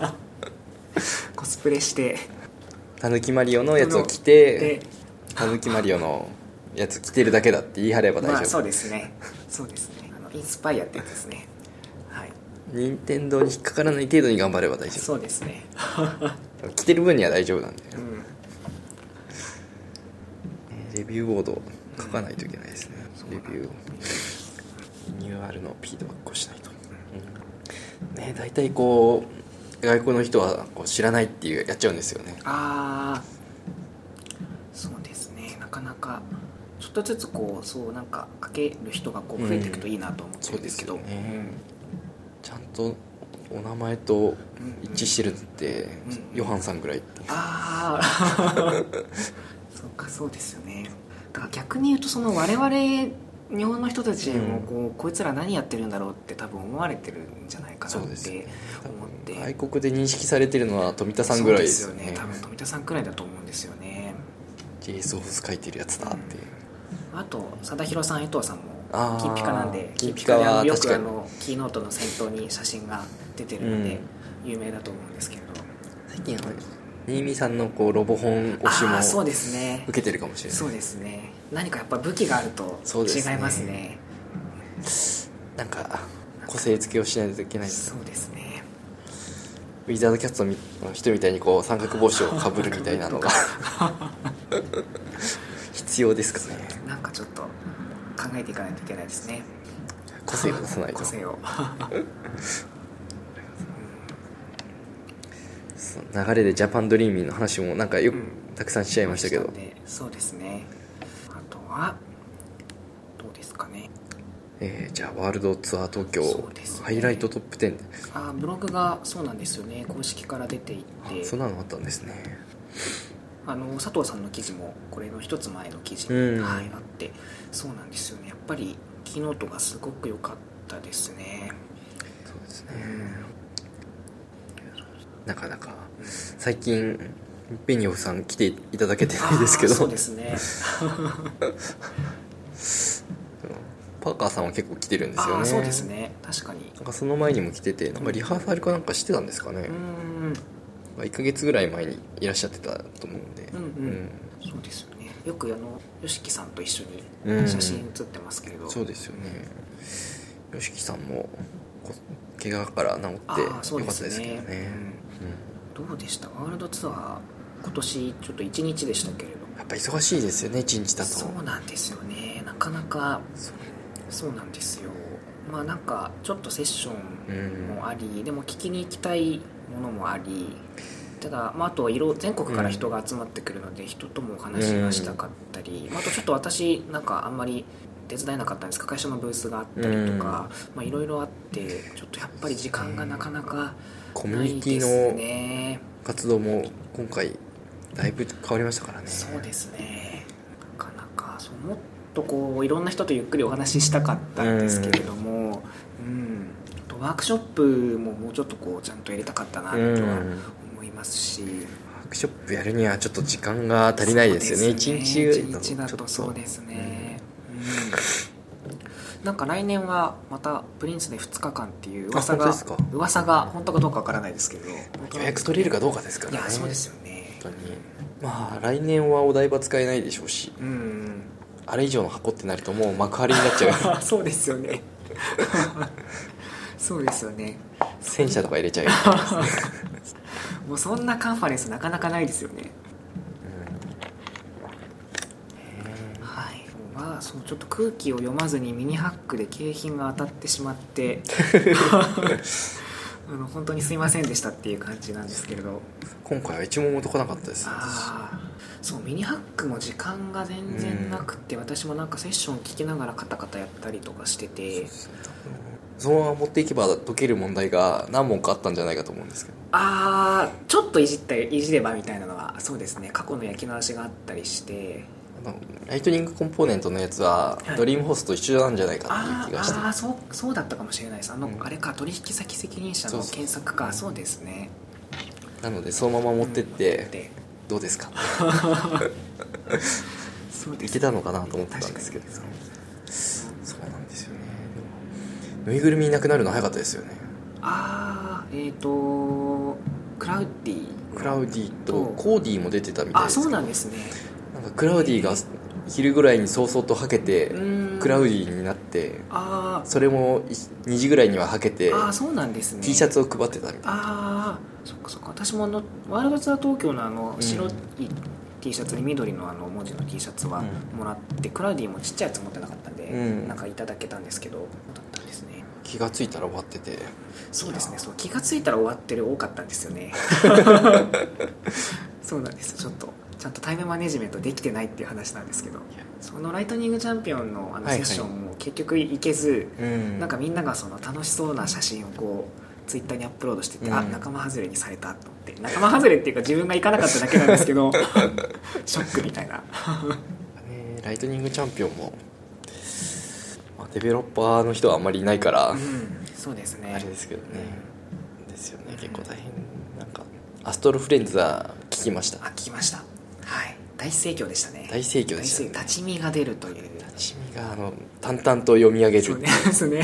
夫 [laughs] ですコスプレしてたぬきマリオのやつを着てでたぬきマリオのやつ着てるだけだって言い張れば大丈夫、まあそうですねそうですねあのインスパイアってやつですねはい任天堂に引っかからない程度に頑張れば大丈そうですね、夫着てる分には大丈夫なんでうん、レビューボード書かないといけないですね、レビューをリニューアルのフィードバックをしないと、うん、ね大体こう外国の人はこう知らないっていうやっちゃうんですよねああそうですねなかなかちょっとずつこうそうなんか書ける人がこう増えていくといいなと思ってるんですけど、そうですよねちゃんとお名前と一致してるのって、うんヨハンさんぐらいってああ [laughs] そうかそうですよねだから逆に言うとその我々日本の人たちもこう、こいつら何やってるんだろうって多分思われてるんじゃないかなそっうですよてね思って外国で認識されてるのは富田さんぐらいですそうよでねすよね多分富田さんくらいだと思うんですよねジェイソース書いてるやつだっていう、あと貞弘さん江藤さんもあー金ピカなんで金ピカは金ピ確でかあにのよくあのキーノートの先頭に写真が出てるので、有名だと思うんですけれど最近あの新見さんのこうロボ本ああ推ーしそもうですね受けてるかもしれないそうですね何かやっぱ武器があるとそうですね違いますねなんか個性付けをしないといけないですそうですねウィザードキャストの人みたいにこう三角帽子をかぶるみたいな [laughs] のが必要ですかねなんかちょっと考えていかないといけないですね個性を出さないと個性をその流れでジャパンドリーミーの話もなんかよく、うんたくさんしちゃいましたけどでそうですねあとはどうですかねえーじゃあワールドツアー東そ京、うですねハイライトトップ10あーブログがそうなんですよね公式から出ていてそんなのあったんですねあの佐藤さんの記事もこれの一つ前の記事に、うんはい、あってそうなんですよねやっぱりキーノートがすごく良かったですねそうですねなかなか最近ベニオフさん来ていただけてないですけあーどそうですねパーカーさんは結構来てるんですよあねあそうですね確かになんかその前にも来ててなんかリハーサルかなんかしてたんですかね、うーんまあ1ヶ月ぐらい前にいらっしゃってたと思うんで、うんうんそうですよねよくあの YOSHIKI さんと一緒うにん写真写ってますけれど、そうですよね YOSHIKI さんもこ怪我から治あってよかっあそうでたすねですけどねうんどうでしたワールドツアー今年ちょっと1日でしたけれどもうんやっぱ忙しいですよね一日だとそうなんですよねなかなかそうなんですよまあなんかちょっとセッションもあり、でも聞きに行きたいものもありただ、まあ、あと色全国から人が集まってくるので、人ともお話がしたかったり、まあ、あとちょっと私なんかあんまり手伝えなかったんですが会社のブースがあったりとうんかまあいろいろあってちょっとやっぱり時間がなかなかコミなュニいティでのすね活動も今回だいぶ変わりましたからねそうですねなかなかそうもっとこういろんな人とゆっくりお話ししたかったんですけれども、うんあとワークショップももうちょっとこうちゃんとやりたかったなとうはん思いますし、ワークショップやるにはちょっと時間が足りないですよね一、そう日一日だちょっとそうですね、うんなんか来年はまたプリンスで2日間っていう噂あが本当ですか噂が本当かどうかわからないですけど予約取れるかどうかですからいねやそうですよね本当にまあ来年はお台場使えないでしょうしうんあれ以上の箱ってなるともう幕張になっち [laughs] ゃうあそうですよねそうですよね戦車とか入れちゃうよ、うんもうそんなカンファレンスなかなかないですよねはいまあそうちょっと空気を読まずにミニハックで景品が当たってしまって [laughs] あの本当にすいませんでしたっていう感じなんですけれど今回は一問も解かなかったです [laughs] ああそうミニハックも時間が全然なくて、私もなんかセッション聞きながらカタカタやったりとかしててそのまま持っていけば解ける問題が何問かあったんじゃないかと思うんですけどあーちょっといじったいじればみたいなのはそうですね過去の焼き直しがあったりしてあのライトニングコンポーネントのやつは、はいドリームホースと一緒なんじゃないかっあていうー気がしてあーそうそうだったかもしれないですあの、うんあれか取引先責任者のそうそう検索かそうですねなのでそのまま持ってっうん持っててってどうですかそうでいすけたのかなと思ってたんですけど確かそうなんですよねでもぬいぐるみいなくなるの早かったですよねああえっ、とクラウディクラウディとうんコーディも出てたみたいあですそうけどなんですねなんかクラウディが昼ぐらいに早々とはけてうんクラウディになってあーそれもい2時ぐらいにははけてあーそうなんですね T シャツを配ってたみたいああそっかそっか私もあのワールドツアー東京のあのうん白い T シャツに緑のあの文字の T シャツはうもらって、クラウディもちっちゃいやつ持ってなかったんで、うんなんかいただけたんですけどだったんですね気がついたら終わっててそうですねそう気が付いたら終わってる多かったんですよ [laughs] ねそうなんですちょっとちゃんとタイムマネジメントできてないっていう話なんですけどそのライトニングチャンピオンのあのはいセはッいションも結局行けず、うんなんかみんながその楽しそうな写真をこうツイッターにアップロードしてて、あうん仲間外れにされたと思って仲間外れっていうか自分が行かなかっただけなんですけ [laughs] どショックみたいなねライトニングチャンピオンも、まあ、デベロッパーの人はあんまりいないから、うんそうですねあれですけどね、ですよね結構大変なんかアストロフレンズは聞きましたあ聞きましたはい大盛況でしたね大盛況でした大ね立ち見が出るというシミがあの淡々と読み上げそる、うねそうね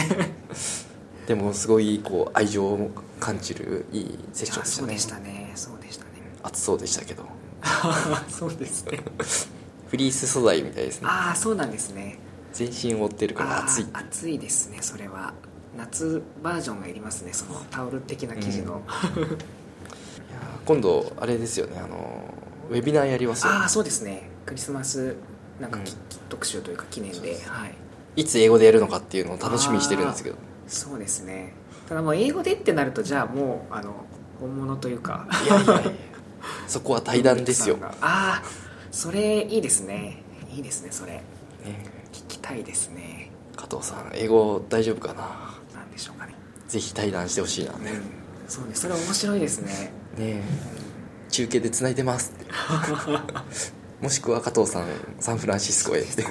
でもすごいこう愛情を感じるいいセッションあでしそたうねでしたねそうでしたね暑そうでしたけどそうですねフリース素材みたいですねああそうなんですね全身覆ってるから暑いあー暑いですねそれは夏バージョンがいりますねそのタオル的な生地の、うんいやー今度あれですよねあのウェビナーやりますよああそうですねクリスマスなんかき、うん特集というか記念そうでですはいいつ英語でやるのかっていうのを楽しみにしてるんですけどそうですねただもう英語でってなるとじゃあもうあの本物というかいやいやいやそこは対談ですよ、さんね、がああそれいいですねいいですねそれ聞きたいですね加藤さん英語大丈夫かななんでしょうかねぜひ対談してほしいなねうんそうねそれ面白いですねね中継でつないでます [laughs] ってもしくは加藤さんサンフランシスコへって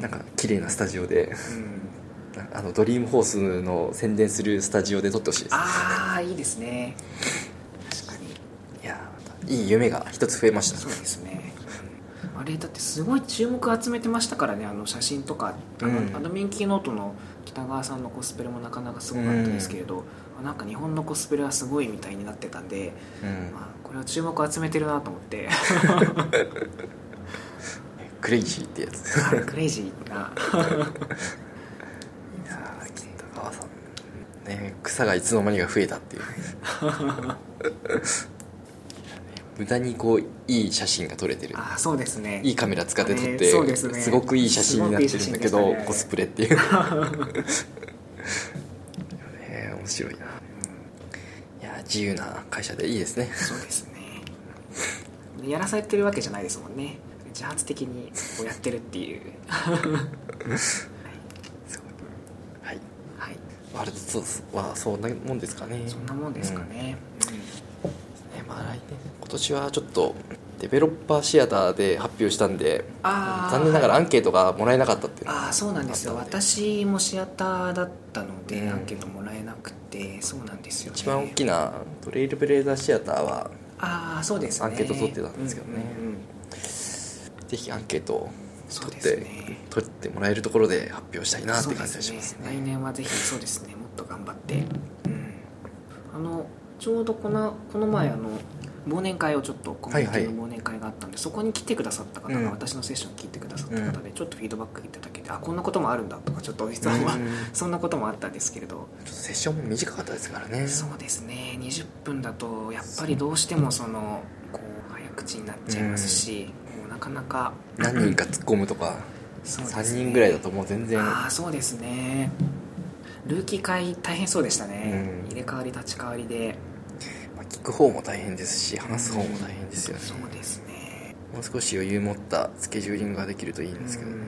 なんか綺麗なスタジオでうんなあのドリームホースの宣伝するスタジオで撮ってほしいですああいいですね確かにいやーいい夢が一つ増えましたそうですねあれだってすごい注目集めてましたからねあの写真とかあの、うんアドミンキーノートの北川さんのコスプレもなかなかすごかったですけれど、あなんか日本のコスプレはすごいみたいになってたんで、うんまあ、これは注目集めてるなと思って [laughs] クレイジーってやつクレイジーないやー北川さんね草がいつの間にか増えたっていう [laughs] 無駄にこういい写真が撮れてるあーそうですねいいカメラ使って撮って、ねそうですねごくいい写真になってるんだけすごど、くいい写真でしたねコスプレっ [laughs] ていうねえ面白いないや自由な会社でいいですねそうですねやらされてるわけじゃないですもんね自発的にこうやってるっていうすごいはいはいワールドツアーはそんなもんですかねそんなもんですか、ね、うんうんねまあ、来年今年はちょっとデベロッパーシアターで発表したんであー残念ながらアンケートがもらえなかったっていうのがああそうなんですよあったん私もシアターだったので、うんアンケートもらえなくてそうなんですよ、ね、一番大きなトレイルブレイザーシアターはああそうですねアンケート取ってたんですけどねうんうんうんぜひアンケートをそう取っでて、すね取ってもらえるところで発表したいなっそうてで感じがしますすねね来年はぜひそうですねもっと頑張って、うん、あのちょうどこのこの前あの忘年会をちょっとコミュニティの忘年会があったんで、そこに来てくださった方が、うん私のセッション聞いてくださった方で、ちょっとフィードバックいただけてあこんなこともあるんだとかちょっと質問は、うん [laughs] そんなこともあったんですけれどちょっとセッションも短かったですからねそうですね20分だとやっぱりどうしてもそのこう早口になっちゃいますし、もうなかなか何人か突っ込むとか、そうですね3人ぐらいだともう全然ああそうですねルーキー会大変そうでしたね、うん入れ替わり立ち替わりでまあ聞く方も大変ですし話す方も大変ですよねそうですねもう少し余裕持ったスケジューリングができるといいんですけど、うん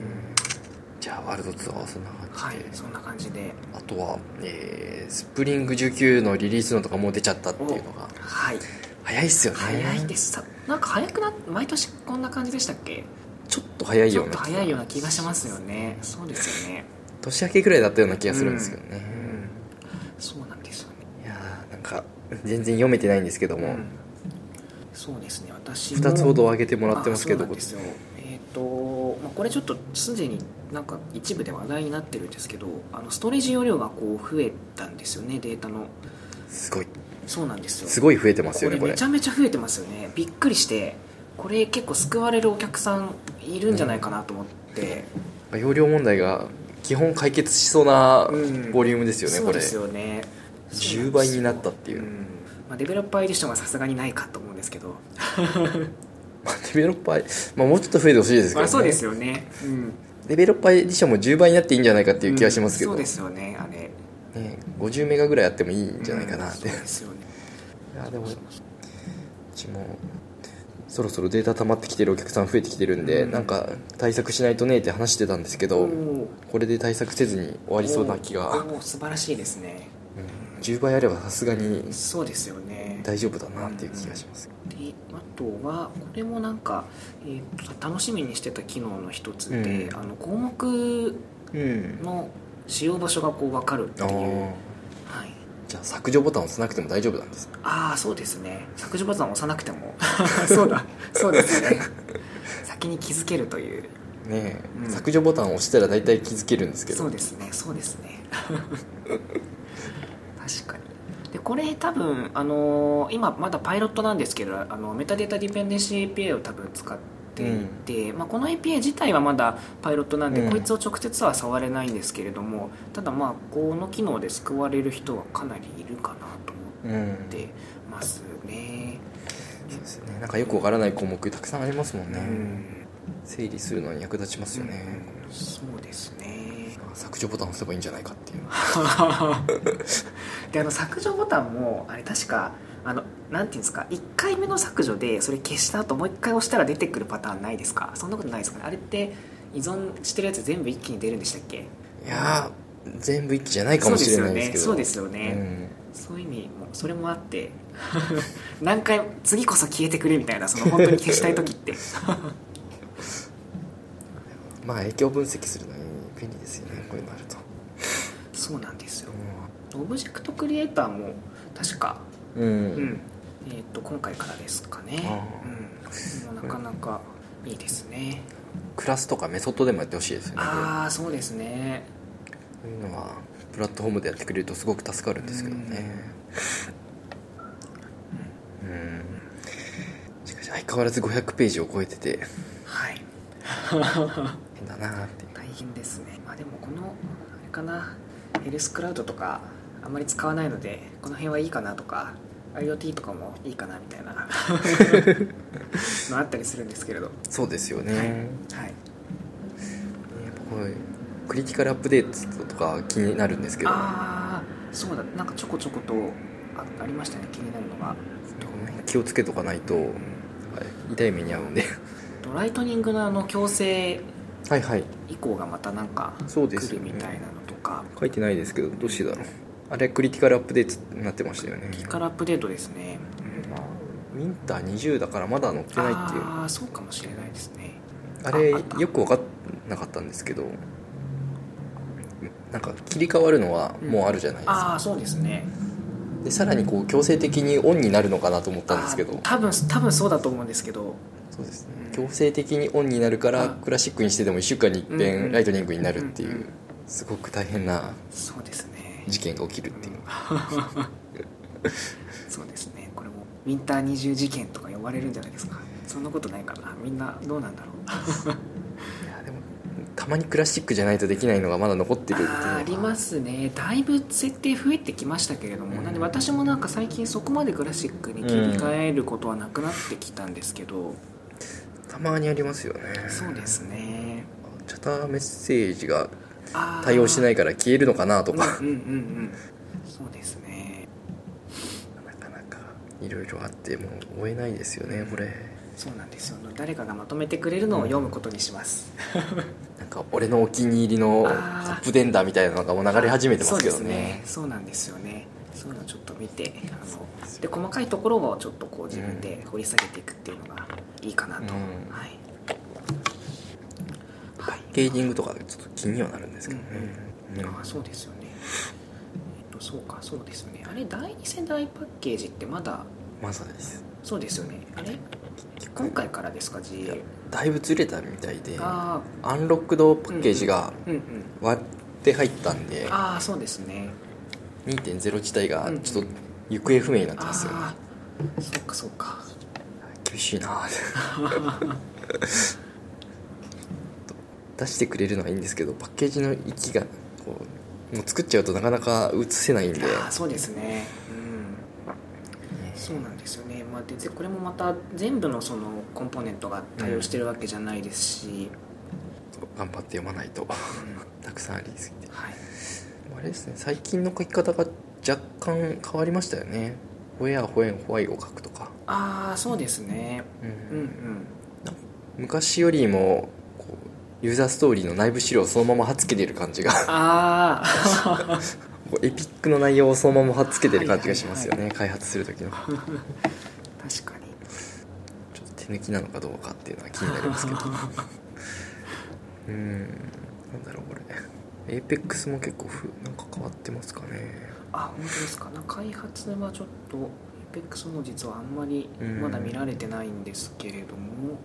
じゃあワールドツアーはそんな感じはいで、そんな感じであとは、えースプリング19のリリースのとかもう出ちゃったっていうのがはい早いっすよね早いですさなんか早くな毎年こんな感じでしたっけちょっと早いちよょうっなと早いような気がしますよねそうですよね年明けぐらいだったような気がするんですけどね、そうなんですよねいやーなんか全然読めてないんですけども、うんそうですね私も2つほど上げてもらってますけどあそうなんですよえっ、と、まあ、これちょっとすでになんか一部で話題になってるんですけどあのストレージ容量がこう増えたんですよねデータのすごいそうなんですよすいごい増えてますよねここれれめちゃめちゃ増えてますよねびっくりしてこれ結構救われるお客さんいるんじゃないかなと思って、容量問題が基本解決しそうなうんボリュームですよね、そこうれですよね10倍になったっていう、うんまあ、デベロッパーエディションはさすがにないかと思うんですけど、まあ、デベロッパー、まあ、もうちょっと増えてほしいですけど、まねあ、そうですよね、うん、デベロッパーエディションも10倍になっていいんじゃないかっていう気がしますけど、うんそうですよねあれね、50メガぐらいあってもいいんじゃないかなって、うんそうですよねいやでもうちもそろそろデータ溜まってきてるお客さん増えてきてるんで、うんなんか対策しないとねって話してたんですけど、これで対策せずに終わありそうな気が、うん素晴らしいですね10倍あればさすがにそうですよね大丈夫だなっていう気がします、であとはこれもなんか、えーと楽しみにしてた機能の一つで、うんあの項目うんの使用場所がこう分かるってあいう、ーはい、じゃあ削除ボタンを押さなくても大丈夫なんですああそうですね削除ボタンを押さなくて [laughs] もそうだそうですね先に気づけるというねえ、うん削除ボタンを押したら大体気づけるんですけどそうですねそうですね確かにでこれ多分あのー今まだパイロットなんですけどあのメタデータディペンデンシー API を多分使っていて、まあ、この API 自体はまだパイロットなんで、うんこいつを直接は触れないんですけれどもただまあこの機能で救われる人はかなりいるかなと思うんってますね、そうですねなんかよくわからない項目たくさんありますもんね、うん整理するのに役立ちますよね、うんそうですね削除ボタンを押せばいいんじゃないかっていう [laughs] であの削除ボタンもあれ確かあのなんていうんですか1回目の削除でそれ消した後もう1回押したら出てくるパターンないですかそんなことないですかねあれって依存してるやつ全部一気に出るんでしたっけいやー全部一気じゃないかもしれないですけどそうですよねそね、うですよそういう意味もそれもあって [laughs] 何回次こそ消えてくれみたいなその本当に消したい時ってうん、まあ影響分析するのに便利ですよねこういうのあると、そうなんですよオブジェクトクリエイターも確かうんうんえー、と今回からですかね、あうん、なかなかいいですね、クラスとかメソッドでもやってほしいですよねああそうですねこういうのはプラットフォームでやってくれるとすごく助かるんですけどねうん、しかし相変わらず500ページを超えててはい変だなーっていう大変ですねまあでもこのあれかなヘルスクラウドとかあんまり使わないのでこの辺はいいかなとか IoT とかもいいかなみたい [laughs] なのあったりするんですけれど、そうですよね、はいやっはい、ぱこういうクリティカルアップデートとか気になるんですけどああそうだなんかちょこちょことあありましたね気になるのが気をつけとかないと痛い目に遭うんでとライトニングのあの強制はいはい以降がまたなんかそう来ですよるねみたいなのとか、書いてないですけどどうしてだろうあれクリティカルアップデートになってましたよねピカルアップデートですねまあウィンター20だからまだ乗ってないっていうあああそうかもしれないですねれああったよく分かんなかったんですけどなんか切り替わるのはもうあるじゃないですか、ああそうですねでさらにこう強制的にオンになるのかなと思ったんですけあどー多分多分そうだと思うんですけどそうですねうん強制的にオンになるからあクラシックにしてでも1週間に一うんう遍んライトニングになるっていうんううんすごく大変なそうですね事件が起きるっていうそうですねこれもウィンター20事件とか呼ばれるんじゃないですかそんなことないかなみんなどうなんだろういやでもたまにクラシックじゃないとできないのがまだ残ってるっていうのあがーありますねだいぶ設定増えてきましたけれども、うんなんで私もなんか最近そこまでクラシックに切り替えることはなくなってきたんですけど、たまにありますよねそうですねチャターメッセージがあー対応してないから消えるのかなとかうんうんうんうんそうですねなかなかいろいろあってもう追えないですよねこれそうなんですよ誰かがまとめてくれるのを読むことにしますなんか俺のお気に入りのトあーップデンダーみたいなのがもう流れ始めてますけどそうですねねそうなんですよねそういうのをちょっと見てあので細かいところをちょっとこう自分で掘り下げていくっていうのがいいかなと、うんはい、はいゲージングとかちょっと気にはなるんですけどね、うんああそうですよねえっとそうかそうですねあれ第2世代パッケージってまだまさですそうですよねあれ今回からですか GA だいぶずれたみたいでアあンロックドパッケージがあうんうん割って入ったんでああそうですね2.0自体がちょっと行方不明になってますよねああそっかそっか結厳しい [laughs] な出してくれるのはいいんですけどパッケージの域がこうもう作っちゃうとなかなか映せないんでああそうですねうんそうなんですよね、まあ、でぜこれもまた全部のそのコンポーネントが対応してるわけじゃないですし、頑張って読まないとたくさんありすぎてはい、あれですね最近の書き方が若干変わりましたよね「ほやほえんほわい」を書くとか、ああそうですねうんうんうん昔よりもこうユーザーストーリーの内部資料をそのまま貼っつけてる感じがああこうエピックの内容をそのまま貼っつけてる感じがしますよね、開発する時の確かにちょっと手抜きなのかどうかっていうのは気になりますけどうーんなんだろうこれエーペックスも結構ふなんか変わってますかねあ本当ですかな開発はちょっと APEX も実はあんまりうんまだ見られてないんですけれども、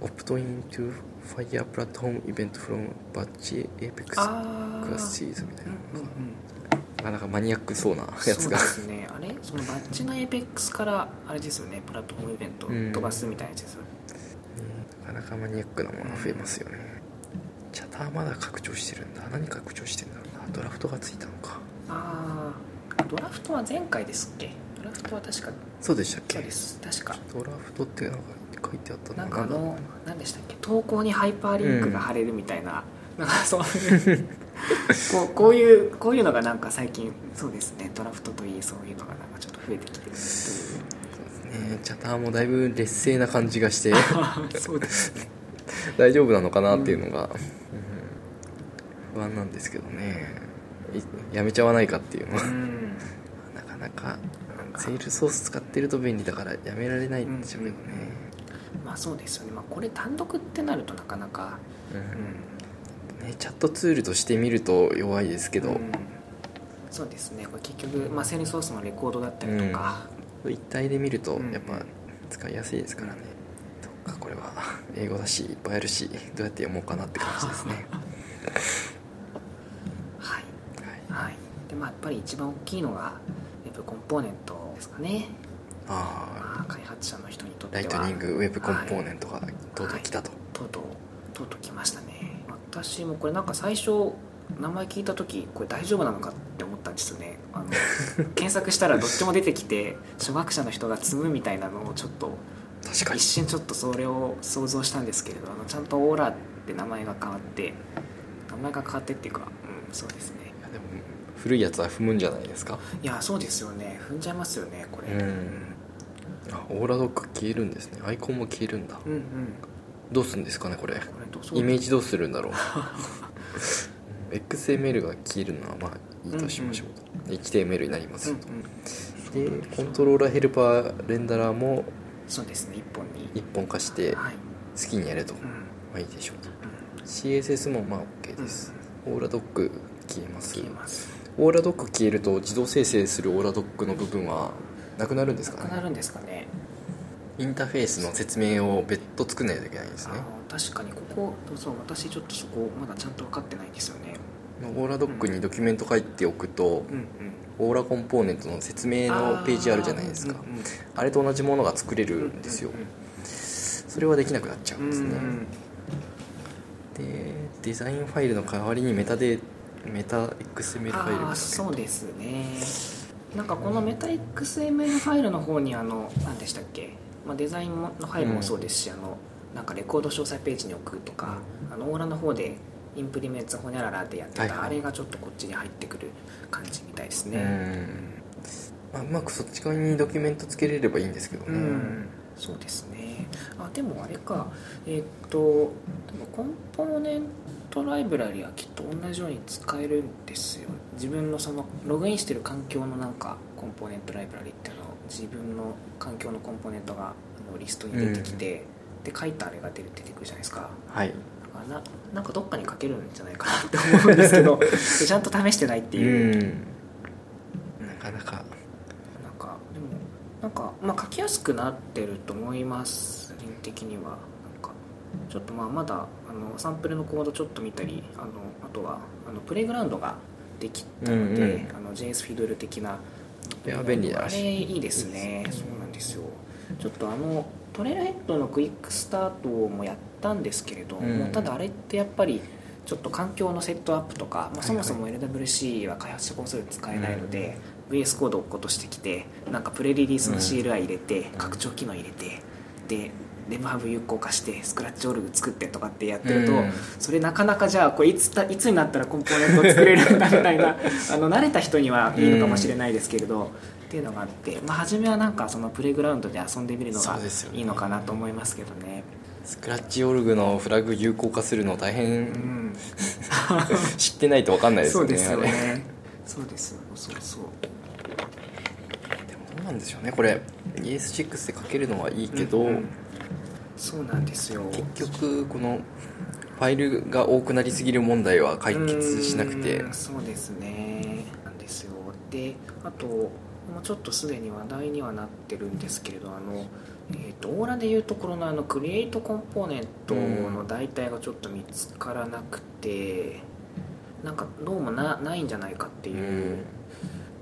オプトイントゥファイヤープラットフォームイベントフロムバッチエーペックスああクラスシリーズみたいなうんうんうんなかなかマニアックそうなやつそうでがすねあれそのバッチの APEX からあれですよねプラットフォームイベントうん飛ばすみたいなやつですよねうんなかなかマニアックなものが増えますよねチャターまだ拡張してるんだ何拡張してんだろうなドラフトがついたのかああドラフトは前回ですっけドラフトは確かそうでしたっけそうです確かドラフトってなんか書いてあったなんなかなあんだの何でしたっけ投稿にハイパーリンクが貼れるみたいな,、なんかそういうこうこういうこういうのがなんか最近そうですねドラフトといいそういうのがなんかちょっと増えてきてるとねチャターもだいぶ劣勢な感じがして [laughs] いうそうですね大丈夫なのかなっていうのが、うん不安なんですけどねいやめちゃわないかっていうのうはんなかなかなんかセールソース使ってると便利だからやめられないんでしょうけどね、まあそうですよね、まあ、これ単独ってなるとなかなかうんうんね、チャットツールとして見ると弱いですけど、うんそうですねこれ結局、まあ、セールソースのレコードだったりとか、一体で見るとうんやっぱ使いやすいですからね、どっかこれは英語だしいっぱいあるしどうやって読もうかなって感じです [laughs] ね、はいはい、はいでまあやっぱり一番大きいのがウェブコンポーネントですかねああまあ開発者の人にとってラはイトニングウェブコンポーはいネントがとうとう来たと、とうとうとうとう来ましたね私もこれなんか最初名前聞いた時これ大丈夫なのかって思ったんですよねあの [laughs] 検索したらどっちも出てきて初学者の人が積むみたいなのをちょっと確かに一瞬ちょっとそれを想像したんですけれどあのちゃんとオーラって名前が変わって名前が変わってっていうかうんそうですねいやでも古いやつは踏むんじゃないですかいやそうですよね踏んじゃいますよねこれ、うんあオーラドック消えるんですねアイコンも消えるんだ、うんうんどうするんですかねこれこれどうそうイメージどうするんだ [laughs] ろううん XML が消えるのはまあいいとしましょうと、HTML になりますうんようんと、でコントローラーヘルパーレンダラーもそうですね一本に一本化して好はい、きにやれと、うんうまんあいいでしょうと CSS もまあ OK です、オーラドック消えます消えますオーラドック消えると自動生成するオーラドックの部分はなくなるんですなかくなねるんですかねインターフェースの説明を別途作んないといけないんですあねー確かにここそう私ちょっとそこまだちゃんと分かってないんですよねオーラドックにドキュメント書いておくとうんうんオーラコンポーネントの説明のページあるじゃないですかあーうんうんあれと同じものが作れるんですようんそれはできなくなっちゃううんんですねうんでデザインファイルの代わりにメタでメタ XML ファイルみああたいそうですねなんかこのメタ XML ファイルの方にあの何でしたっけ、まあ、デザインものファイルもそうですし、あのなんかレコード詳細ページに置くとか、あのオーラの方でインプリメンツホニャララでやってた、はいはいあれがちょっとこっちに入ってくる感じみたいですなね、うんまあうまくそっち側にドキュメントつけれればいいんですけどうねん、そうですねあでもあれかえーっとでもコンポーネントライブラリはきっと同じように使えるんですよ自分のそのログインしてる環境のなんかコンポーネントライブラリっていうのを自分の環境のコンポーネントがあのリストに出てきて、で書いたあれが出る出てくるじゃないですかはいだからななんかどっかに書けるんじゃないかなって思うんです [laughs] けどでちゃんと試してないっていう、うんなかなかなんかでもなんかまあ書きやすくなってると思います個人的にはなんかちょっとまあまだあのサンプルのコードちょっと見たりあのあとはあのプレイグラウンドができたので、うんうんあの JS フィドル的ないや便利だあしれいいですねいいですそうなんですよちょっとあのトレールヘッドのクイックスタートもやったんですけれども、うんただあれってやっぱりちょっと環境のセットアップとか、まあ、そもそもは LWC は開発者コンソール使えないので、VS コードを落っことしてきてなんかプレリリースの CLI 入れて、拡張機能入れてでレムハブ有効化してスクラッチオルグ作ってとかってやってると、うんそれなかなかじゃあこれいつたいつになったらコンポーネントを作れるんだみた [laughs] いなあの慣れた人にはいいのかもしれないですけれど、っていうのがあって、まあ、初めはなんかそのプレイグラウンドで遊んでみるのそがうですよねいいのかなと思いますけどね。スクラッチオルグのフラグ有効化するの大う変ん、知ってないと分かんないですそようねですあよれね。そうですよ。そうそう。でもどうなんでしょうねこれ ES6 で書けるのはいいけど、うんうんそうなんですよ。結局このファイルが多くなりすぎる問題は解決しなくてうーんそうですねなんですよであともうちょっとすでに話題にはなってるんですけれどあの、えー、とオーラでいうところのあのクリエイトコンポーネントの代替がちょっと見つからなくてなんかどうもなないんじゃないかってういうん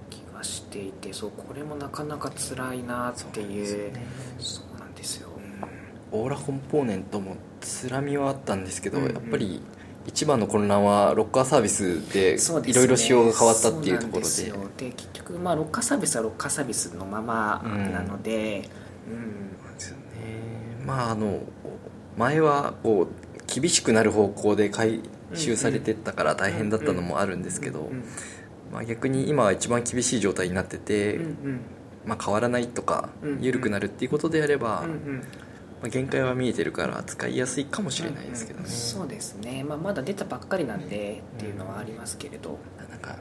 気がしていてそうこれもなかなか辛いなっていうそうなんですよオーラコンポーネントもつらみはあったんですけど、うんうんやっぱり一番の混乱はロッカーサービスでそうでいすろねいろ仕様が変わったっていうところでそうなんすよで結局まあロッカーサービスはロッカーサービスのままなので、うんねまああの前はこう厳しくなる方向で改修されてったから大変だったのもあるんですけど、うんまあ、逆に今は一番厳しい状態になってて、うんうんまあ、変わらないとかうん緩くなるっていうことであれば、うんまうんあ、限界は見えてるから使いやすいかもしれないですけどね、うんうんそうですね、まあ、まだ出たばっかりなんでっていうのはありますけれど、なんか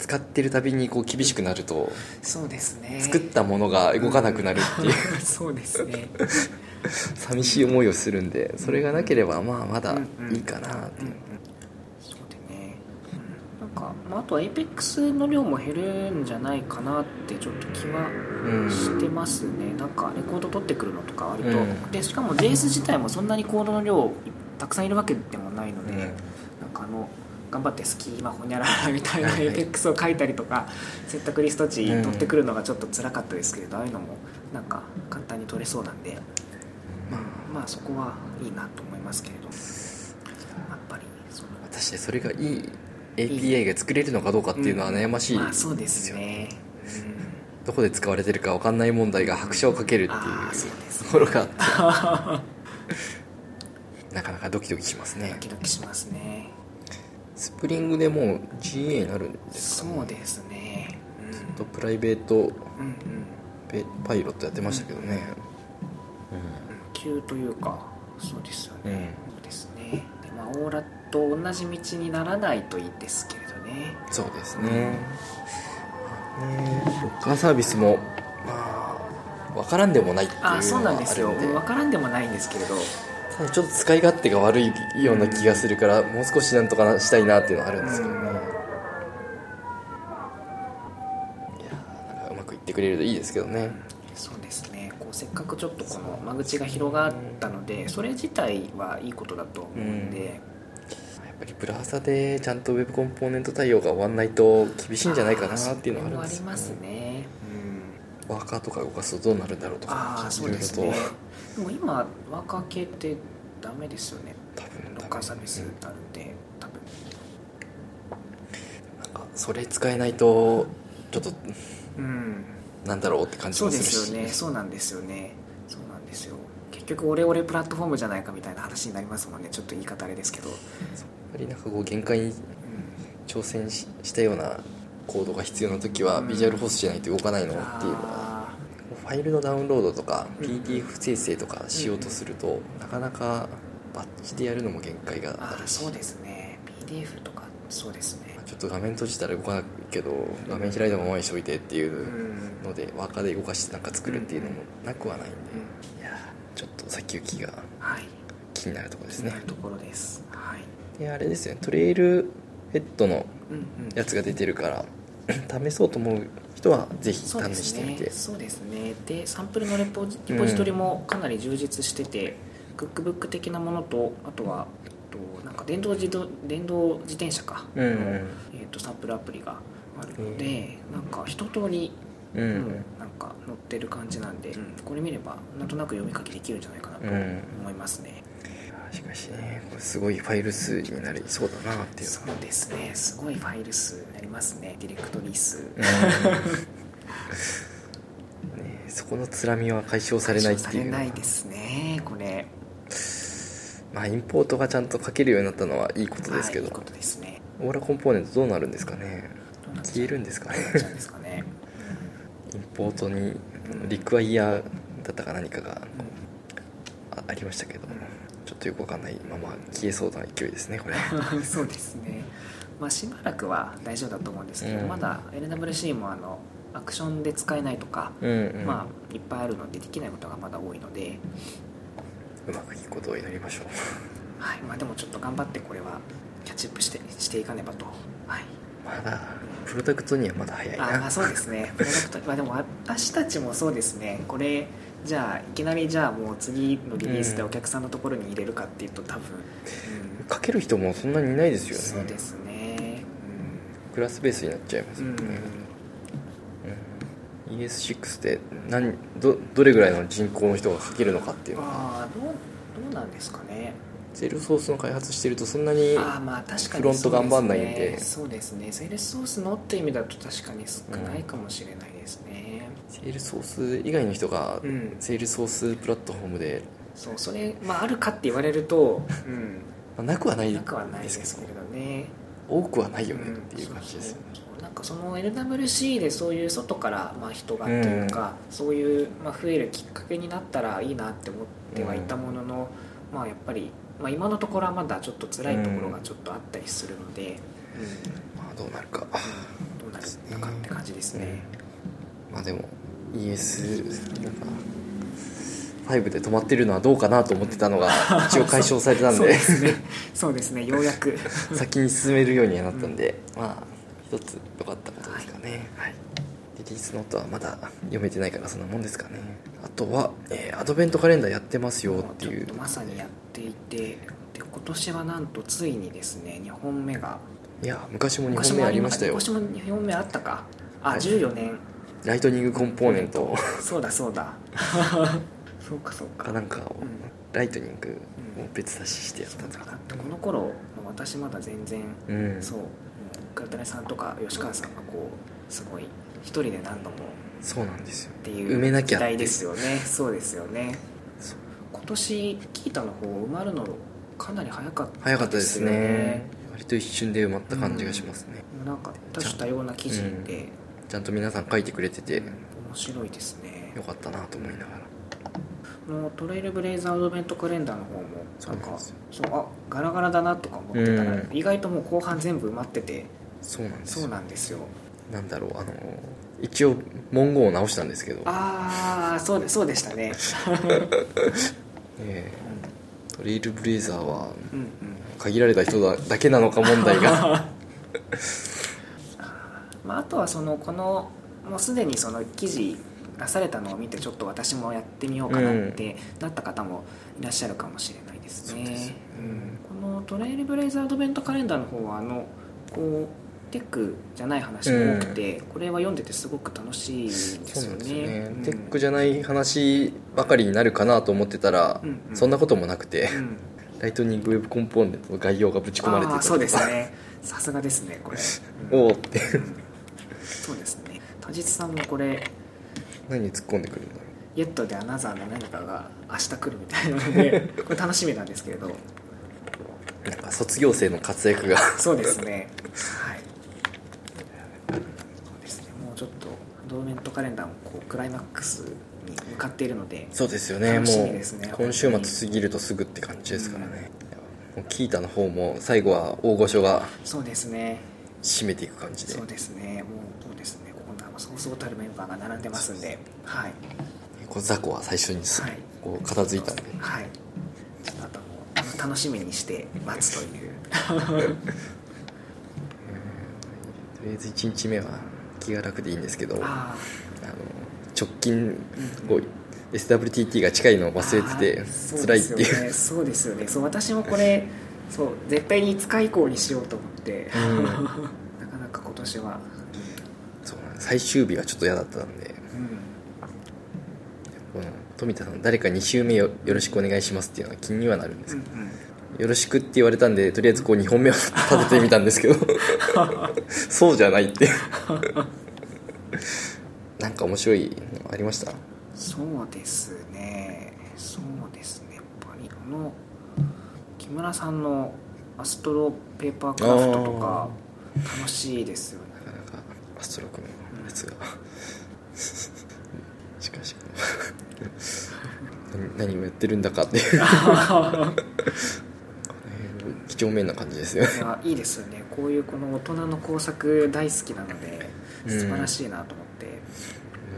使ってるたびにこう厳しくなるとそうですね作ったものが動かなくなるっていう [laughs] そうですね寂しい思いをするんでそれがなければまあまだいいかなってうんいうんう、そうでね、うん、なんか、まあ、あとは APEX の量も減るんじゃないかなってちょっと気はうんしてますね、なんかレコード取ってくるのとか割と、うんでしかも JS 自体もそんなにコードの量たくさんいるわけでもないので、なんかあの頑張ってスキーマホニャ [laughs] ララみたいなはいはい APEX を書いたりとか選択リスト値取ってくるのがちょっと辛かったですけれど、ああいうのもなんか簡単に取れそうなんで、まあまあそこはいいなと思いますけれどやっぱりその果たしてそれがいい API が作れるのかどうかっていうのは悩ましい、まあそうですね、うんどこで使われてるか分かんない問題が拍車をかけるっていあーそううですところがあって [laughs] なかなかドキドキしますねドキドキしますねスプリングでもう GA になるんですかねそうですねちょっとプライベートうんうんうんペパイロットやってましたけどね、急というかそうですよね、うんそうですねでまあオーラと同じ道にならないといいですけれどねそうですねねロッカーサービスもまあ分からんでもないっていうのはあそうなんですよあるんで分からんでもないんですけれどただちょっと使い勝手が悪いような気がするから、もう少しなんとかなしたいなっていうのはあるんですけどね、うんいやーなんかうまくいってくれるといいですけどねそうですねこうせっかくちょっとこの間口が広がったのでそれ自体はいいことだと思うんで、やっぱりブラウザでちゃんとウェブコンポーネント対応が終わんないと厳しいんじゃないかなっていうのはあるんですそれもありますよね、うんワーカーとか動かすとどうなるんだろうとあかあいそろういろでとすねでも今若系ってダメですよね多分ロッカーサービスになるんで多分なんかそれ使えないとちょっとうんなんだろうって感じそうもでするしすよねそうなんですよねそうなんですよ結局オレオレプラットフォームじゃないかみたいな話になりますもんねちょっと言い方あれですけど、やっぱりなんかこう限界に挑戦ししたようなコードが必要な時はうんビジュアルホースじゃないと動かないのっていうのはあファイルのダウンロードとかうん PDF 生成とかしようとするとなかなかバッチでやるのも限界がーああーるしそうですね PDF とかそうですねちょっと画面閉じたら動かないけど画面開いたままにしといてっていううんのでワーカーで動かしてなんか作るっていうのもなくはないんでいやーちょっと先行きがはい気になるところです気にねなるところですはいであれですよねトレイルヘッドのうんうんやつが出てるから試そうと思う人はぜひ試そうですしてみてねそうですねでサンプルのレポジリポジトリもかなり充実してて、クックブック的なものとあとはえっとなんか電動自動電動自転車か、うんうんのえっとサンプルアプリがあるので、なんか一通り、うんもうなんか載ってる感じなんで、うんこれ見ればなんとなく読み書きできるんじゃないかなとうん思いますね、しかしねこれすごいファイル数になりそうだなっていうそうですねすごいファイル数になりますねディレクトリ数うんねそこのつらみは解消されないってさいれうのなはいですねこれまあインポートがちゃんと書けるようになったのはいいことですけはいいどいことですねオーラコンポーネントどうなるんですかねどうなんでしょ消うえるんですか [laughs] ねどうなっちゃうんですかねインポートにあのリクワイヤーだったか何かがあありましたけどちょっとよくわかんないまま消えそうな勢いですねこ [laughs] れうんそうですねまあしばらくは大丈夫だと思うんですけど、うんまだ LWC もあのアクションで使えないとか、うん、うんまあいっぱいあるのでできないことがまだ多いので、うまくいくことを祈りましょうはいまあ、でもちょっと頑張ってこれはキャッチアップしてしていかねばと、はい、まだプロダクトにはまだ早いあなまあそうですねプロダクト、まあ、でも私たちもそうですねこれじゃあいきなりじゃあもう次のリリースでお客さんのところに入れるかっていうと多分、うん書ける人もそんなにいないですよねそうですねクラスベースになっちゃいますうん、ようんね、うん ES6 で何どどれぐらいの人口の人が書けるのかっていうのはああどうどうなんですかねゼルソースの開発してるとそんなにああまあ確かフにロント頑張んないんでそうですねそうですねセールスソースのって意味だと確かに少ないかもしれないですね、セールソース以外の人がうんセールソースプラットフォームで、そうそれ、まあ、あるかって言われると、うん、まあなくはないなくはないでですすけけどれどね多くはないようねっんていう感じですよね、そうそうなんかその LWC でそういう外からまあ人がというか、そういうまあ増えるきっかけになったらいいなって思ってはいたものの、まあやっぱり、まあ、今のところはまだちょっと辛いところがちょっとあったりするので、まあどうなるかうんどうなるのかって感じですね、まあでも ES なんか5で止まってるのはどうかなと思ってた [laughs] のが一応解消されたんそうでですねそうですねようやく先に進めるようにはなったんで、まあ一つ良かったことですかね、 [laughs] はい、リリースノートはまだ読めてないからそんなもんですかねあとは、えーアドベントカレンダーやってますよっていちょうっとまさにやっていてで今年はなんとついにですね2本目がいや昔も2本目ありましたよ昔も2本目あったかあ14年ライトニングコンポーネントそうだそ [laughs] うだそうかそうかかなんかを、うんライトニングを別出ししてやったんだかなこの頃私まだ全然、うんそう倉谷さんとか吉川さんがこうすごい一人で何度もそうなんですよってい埋うめなき時ゃって代ですよねそうですよねそう今年キータの方埋まるのかなり早かった早かったですねよ割と一瞬で埋まった感じがしますね、もうなんか多種多様な記事で、ちゃんと皆さん書いてくれてて面白いですねよかったなと思いながらこのトレイルブレイザーアドベントカレンダーの方もなんそうなんかですよそうあガラガラだなとか思ってたら、うん意外ともう後半全部埋まっててそうなんですそうよなんですよなんだろうあの一応文言を直したんですけど、ああそうでそうでしたねえートレイルブレイザーはうんうん限られた人だだけなのか問題が [laughs] まあ、あとはそのこのもうすでにその記事出されたのを見てちょっと私もやってみようかなってなった方もいらっしゃるかもしれないですそうねですねうんこのトレイルブレイザーアドベントカレンダーの方はあのこうテックじゃない話が多くて、これは読んでてすごく楽しいんですそうよなんねですよね、うんテックじゃない話ばかりになるかなと思ってたら、うんうんそんなこともなくて、うんライトニングウェブコンポーネントの概要がぶち込まれてあたーそうですねさすがですねこれ、うんおおって [laughs] そうですね田実さんもこれ何突っ込んでくるんだろ「Yet でアナザーの何かが明日来るみたいなのでこれ楽しみなんですけれどうなんか卒業生の活躍がそうですねはいそうですねもうちょっとアドベントカレンダーもこうクライマックスに向かっているのでそうですよね楽しもみですねう今週末過ぎるとすぐって感じですからね、もうキータの方も最後は大御所がそうですね締めていく感じでそうですねもうそうですね今度はそうそうたるメンバーが並んでますんではいこう雑魚は最初にす、はいこう片付いたんではいちょっとあともう楽しみにして待つというとりあえず1日目は気が楽でいいんですけどあああの直近こう SWTT が近いのを忘れてあーて辛いっていうそうですよねそうですよねそう私もこれそう絶対に5日以降にしようと思って、うん [laughs] なかなか今年は、そうなんです最終日はちょっと嫌だったんでこうんの富田さん誰か2週目よよろしくお願いしますっていうのは気にはなるんですうけんど、よろしくって言われたんでとりあえずこう2本目を立ててみたんですけどそうじゃないってなんか面白いのありましたそうですねそうですねやっぱりこの木村さんのアストロペーパークラフトとか楽しいですよね [laughs] なかなかアストロ君のやつがしかし何何をやってるんだかっていう几帳面な感じですよねいやいいですよねこういうこの大人の工作大好きなのでうん素晴らしいなと思って、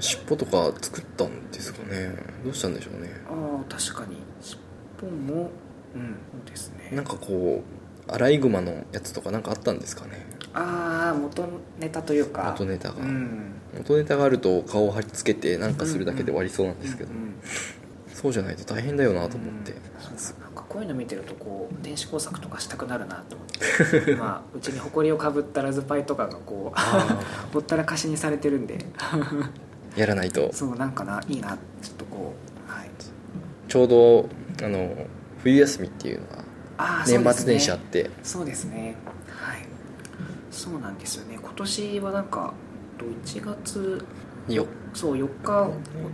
尻尾とか作ったんですかねどうしたんでしょうねああ確かに尻尾もうんそうですなんねかこうアライグマのやつとかなんかあったんですかねああ元ネタというか元ネタがうん元ネタがあると顔を貼り付けてなんかするだけで終わりそうなんですけど、うんうんそうじゃないと大変だよなと思って、うんなんかこういうの見てるとこう電子工作とかしたくなるなと思っ [laughs] てまあうちに埃をかぶったラズパイとかがこあう [laughs] ほったらかしにされてる [laughs] んでやらないとそうなんかないいなちょっとこうはいちょうどあの冬休みっていうのはあーそ年うですね末年始あってそうですねはいそうなんですよね今年はなんかえっと1月よそう4日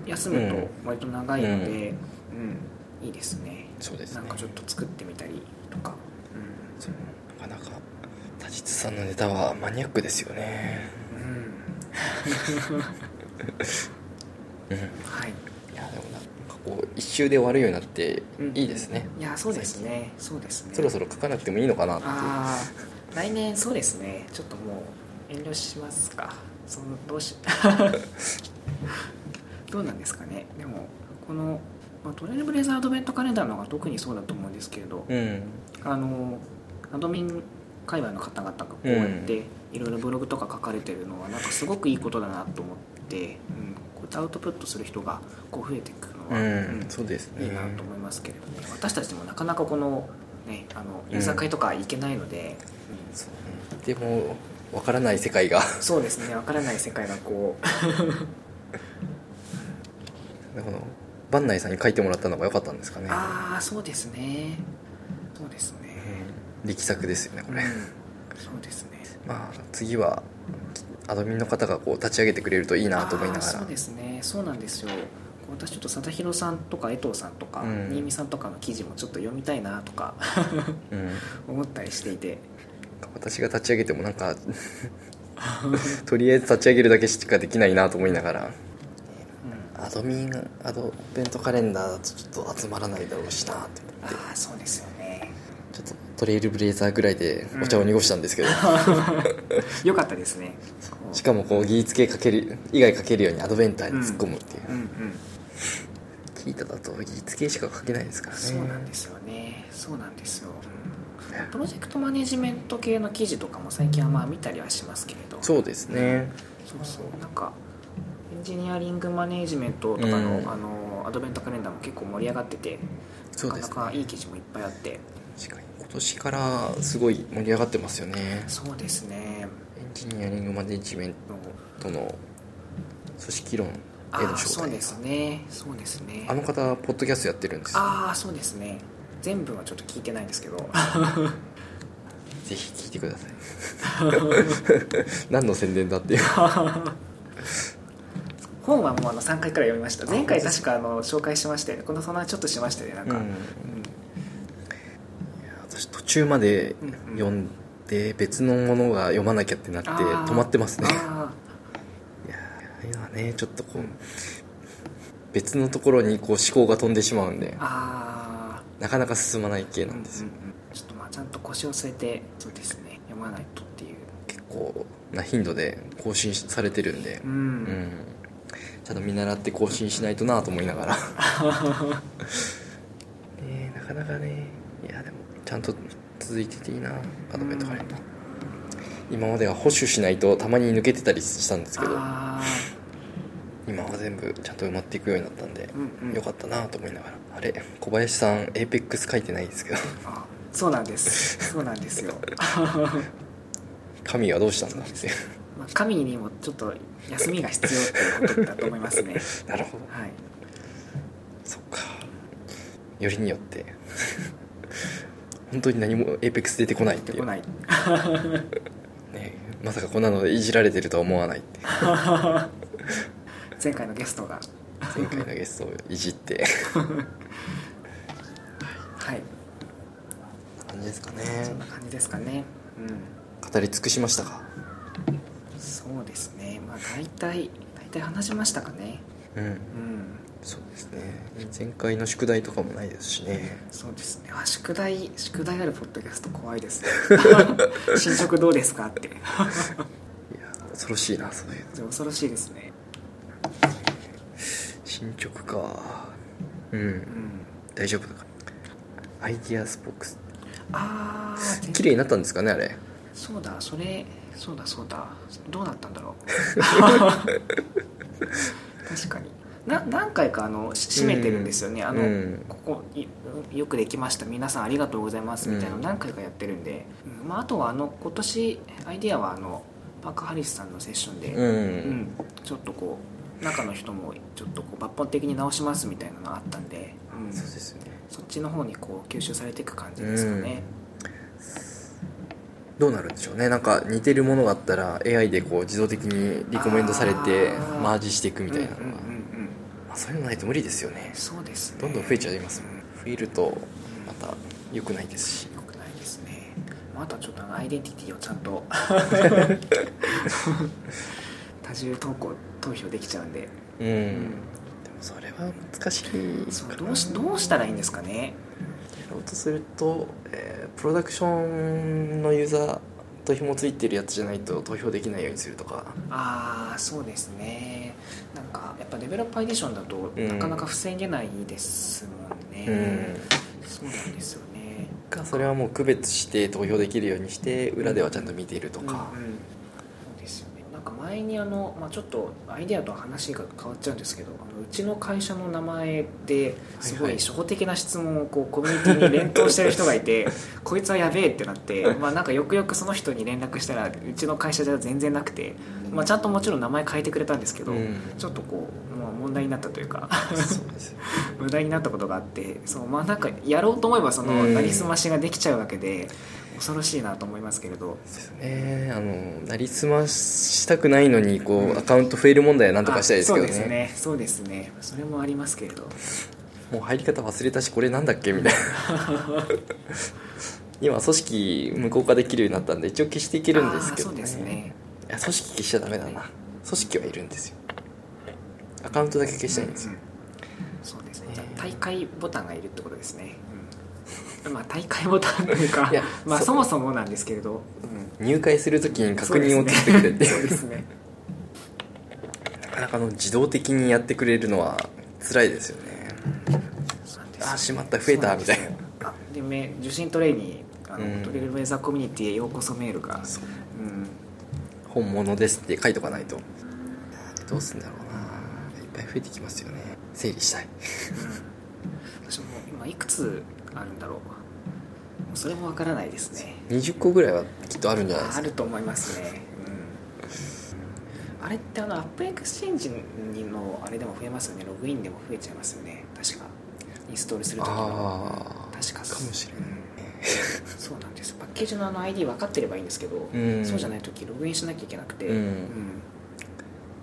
休むうんと割と長いのでうん、いいですねそうですなねんかちょっと作ってみたりとか、うんそうなかなか田実さんのネタはマニアックですよねうんはい、いやでもなんかこう一周で終わるようになっていいですね、いやそうですねそうですねそろそろ書かなくてもいいのかなっていうああ来年そうですねちょっともう遠慮しますかそのど [laughs] うしどうなんですかねでもこの、まあ、トレイルブレザーアドベントカレンダーの方が特にそうだと思うんですけれど、うんあのアドミン界隈の方々がこうやっていろいろブログとか書かれてるのはなんかすごくいいことだなと思って、うん、こうやってアウトプットする人がこう増えていくのうは、ん、うんそうですいねいなと思いますけれどね、私たちもなかなかこの,、ね、あの居酒屋とか行けないので、うんそうでもわからない世界がそうですねわからない世界がこうこの番内さんに書いてもらったのが良かったんですかねああそうですねそうですね、うん力作ですよねこれ、うんそうですねまあ次はアドミンの方がこう立ち上げてくれるといいなと思いながあーらそうですねそうなんですよこう私ちょっと貞弘さんとか江藤さんとか、うん新見さんとかの記事もちょっと読みたいなとか [laughs] うん、思ったりしていて私が立ち上げてもなんか [laughs] とりあえず立ち上げるだけしかできないなと思いながらうんアドミンアドベントカレンダーだとちょっと集まらないだろうしなと思あってあそうですよねちょっとトレイルブレイザーぐらいでお茶を濁したん [laughs] ですけど、よかったですねそうしかもこう技術系かける以外かけるようにアドベンターに突っ込むっていう、うんうんキータだと技術系しか書けないですからねそうなんですよねそうなんですよプロジェクトマネジメント系の記事とかも最近はまあ見たりはしますけれどそうですねそうそうなんかエンジニアリングマネジメントとかの,、うんあのアドベントカレンダーも結構盛り上がっててそなうでかなすねかいい記事もいっぱいあって確かに今年からすごい盛り上がってますよねそうですねエンジニアリングマネジメンのトの組織論へあのー招そう待ですねそうですねあの方ポッドキャストやってるんですよああそうですね全部はちょっと聞いてないんです [laughs] けどぜひ聞いてくだ [laughs] さい何の宣伝だっていう本はもうあの3回くらい読みました前回確かあの紹介しましてこのそのちょっとしましたねなんか、うんうんいや私途中まで読んで別のものが読まなきゃってなってあー止まってますねあいやー今ねちょっとこう別のところにこう思考が飛んでしまうんでーあなかなか進まない系ーなんですよ、うんうんうんちょっとまあちゃんと腰を据えてそうですね読まないとっていう結構な頻度で更新されてるんでううん、ん、ちゃんと見習って更新しないとなと思いながらねえなかなかねいやでもちゃんと続いてていいなアドベントカレンダー今までは保守しないとたまに抜けてたりしたんですけどああ今は全部ちゃんと埋まっていくようになったんで、うんうんよかったなと思いながらあれ小林さんエーペックス書いてないですけど [laughs] あそうなんですそうなんです [laughs] よ神はどうしたんだって [laughs] いうまあ、神にもちょっと休みが必要っていうことだと思いますね。なるほどはい、そっかよりによって [laughs] 本当に何もエーペックス出てこないって出いてうこないね、まさかこんなのでいじられてるとは思わないって前回のゲストが前回のゲストをいじってはい感じですかねそんな感じですかねうん語り尽くしましたかそうですねまあ大体大体話しましたかねうんうんそうですね前回の宿題とかもないですしねそうですねあ宿題宿題あるポッドキャスト怖い [laughs] ですね進捗どうですかっていや恐ろしいなそういうの恐ろしいですね進捗かううんん大丈夫だからアイディアスボックスああ綺麗になったんですかねあれそうだそれそうだそうだどうなったん [laughs] だろう確かにな何回かあのし締めてるんですよね、うんあのうんここいよくできました皆さんありがとうございますみたいなのうん何回かやってるんで、うんまあ、あとはあの今年アイディアはあのパーカー・ハリスさんのセッションで、うん、うんちょっとこう中の人もちょっとこう抜本的に直しますみたいなのがあったんで、うんそうですねそっちの方にこう吸収されていく感じですかね、どうなるんでしょうねなんか似てるものがあったら AI でこう自動的にリコメンドされてあーマージしていくみたいなのが、うんうんうんうんまあ、そういうのないと無理ですよねそうですねどんどん増えちゃいますもん増えるとまた良くないですしよくないですねまたちょっとあのアイデンティティをちゃん [laughs] と多重投稿投票できちゃうんで、うん、うでもそれは難しいかなそうどうしどうしたらいいんですかねやろうとすると、えープロダクションのユーザーと紐付いてるやつじゃないと投票できないようにするとかああそうですねなんかやっぱデベロッパーエディションだとうんなかなか防げないですもんうん、ね、そうなんですよねかそれはもう区別して投票できるようにして裏ではちゃんと見ているとか、うんうんそうですよねなんか前にあの、まあ、ちょっとアイデアとは話が変わっちゃうんですけどあのうちの会社の名前ですごはいはいい初歩的な質問をこうコミュニティに連投してる人が [laughs] いてこいつはやべえってなって、まあ、なんかよくよくその人に連絡したらうちの会社じゃ全然なくて、まあ、ちゃんともちろん名前変えてくれたんですけど、うんちょっとこう、まあ、問題になったというか [laughs] そうですよ無駄になったことがあってそう、まあ、なんかやろうと思えばそのうんなりすましができちゃうわけで恐ろしいなと思いますけれど。そうですねあのなりすましたくないのにこうアカウント増える問題はなんとかしたいですけどあそうでねすねそうですねそれもありますけれどもう入り方忘れたしこれなんだっけみた [laughs] いな今組織無効化できるようになったんで一応消していけるんですけど、あーそうですねいや組織消しちゃダメだな組織はいるんですよアカウントだけ消したいんですよ、そうですねじゃあ大会ボタンがいるってことですね、うんまあ大会ボタンというかいや [laughs] まあそうそもそもなんですけれど、うん入会するときに確認を取ってくれて、そうですねなかなかの自動的にやってくれるのは辛いですよねそうなんですよああしまった増えたみたいなそうなんですよあでめ受信トレイにあの、うんトレイルウェザーコミュニティへようこそメールがそううん本物ですって書いとかないとどうすんだろうないっぱい増えてきますよね整理したい私も今いくつあるんだろうもうそれもわからないですね20個ぐらいはきっとあるんじゃないですあかると思いますね、うん、あれってあのアップエクスチェンジのあれでも増えますよねログインでも増えちゃいますよね確かインストールするときのああ確かかもしれないうんそうなんですパッケージのあの ID 分かってればいいんですけど、うんそうじゃないときログインしなきゃいけなくて、うんうん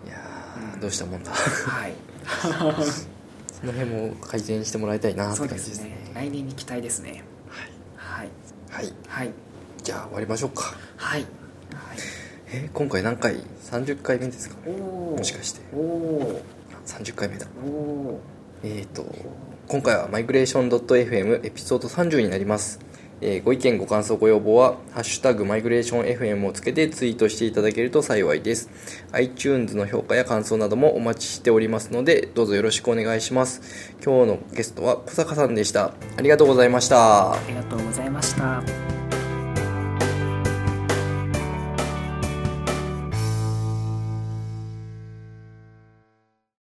いやうーんどうしたもんだ [laughs] はいその辺も改善してもらいたいなってそう感でじですすねね来年に期待ですねはいはいはいじゃあ終わりましょうかはい、はい、えー今回何回30回目ですかおおもしかしておお30回目だおおえー、と今回はマイグレーション .fm エピソード30になります、えーご意見ご感想ご要望は「ハッシュタグマイグレーション FM」をつけてツイートしていただけると幸いです iTunes の評価や感想などもお待ちしておりますのでどうぞよろしくお願いします今日のゲストは小坂さんでしたありがとうございましたありがとうございました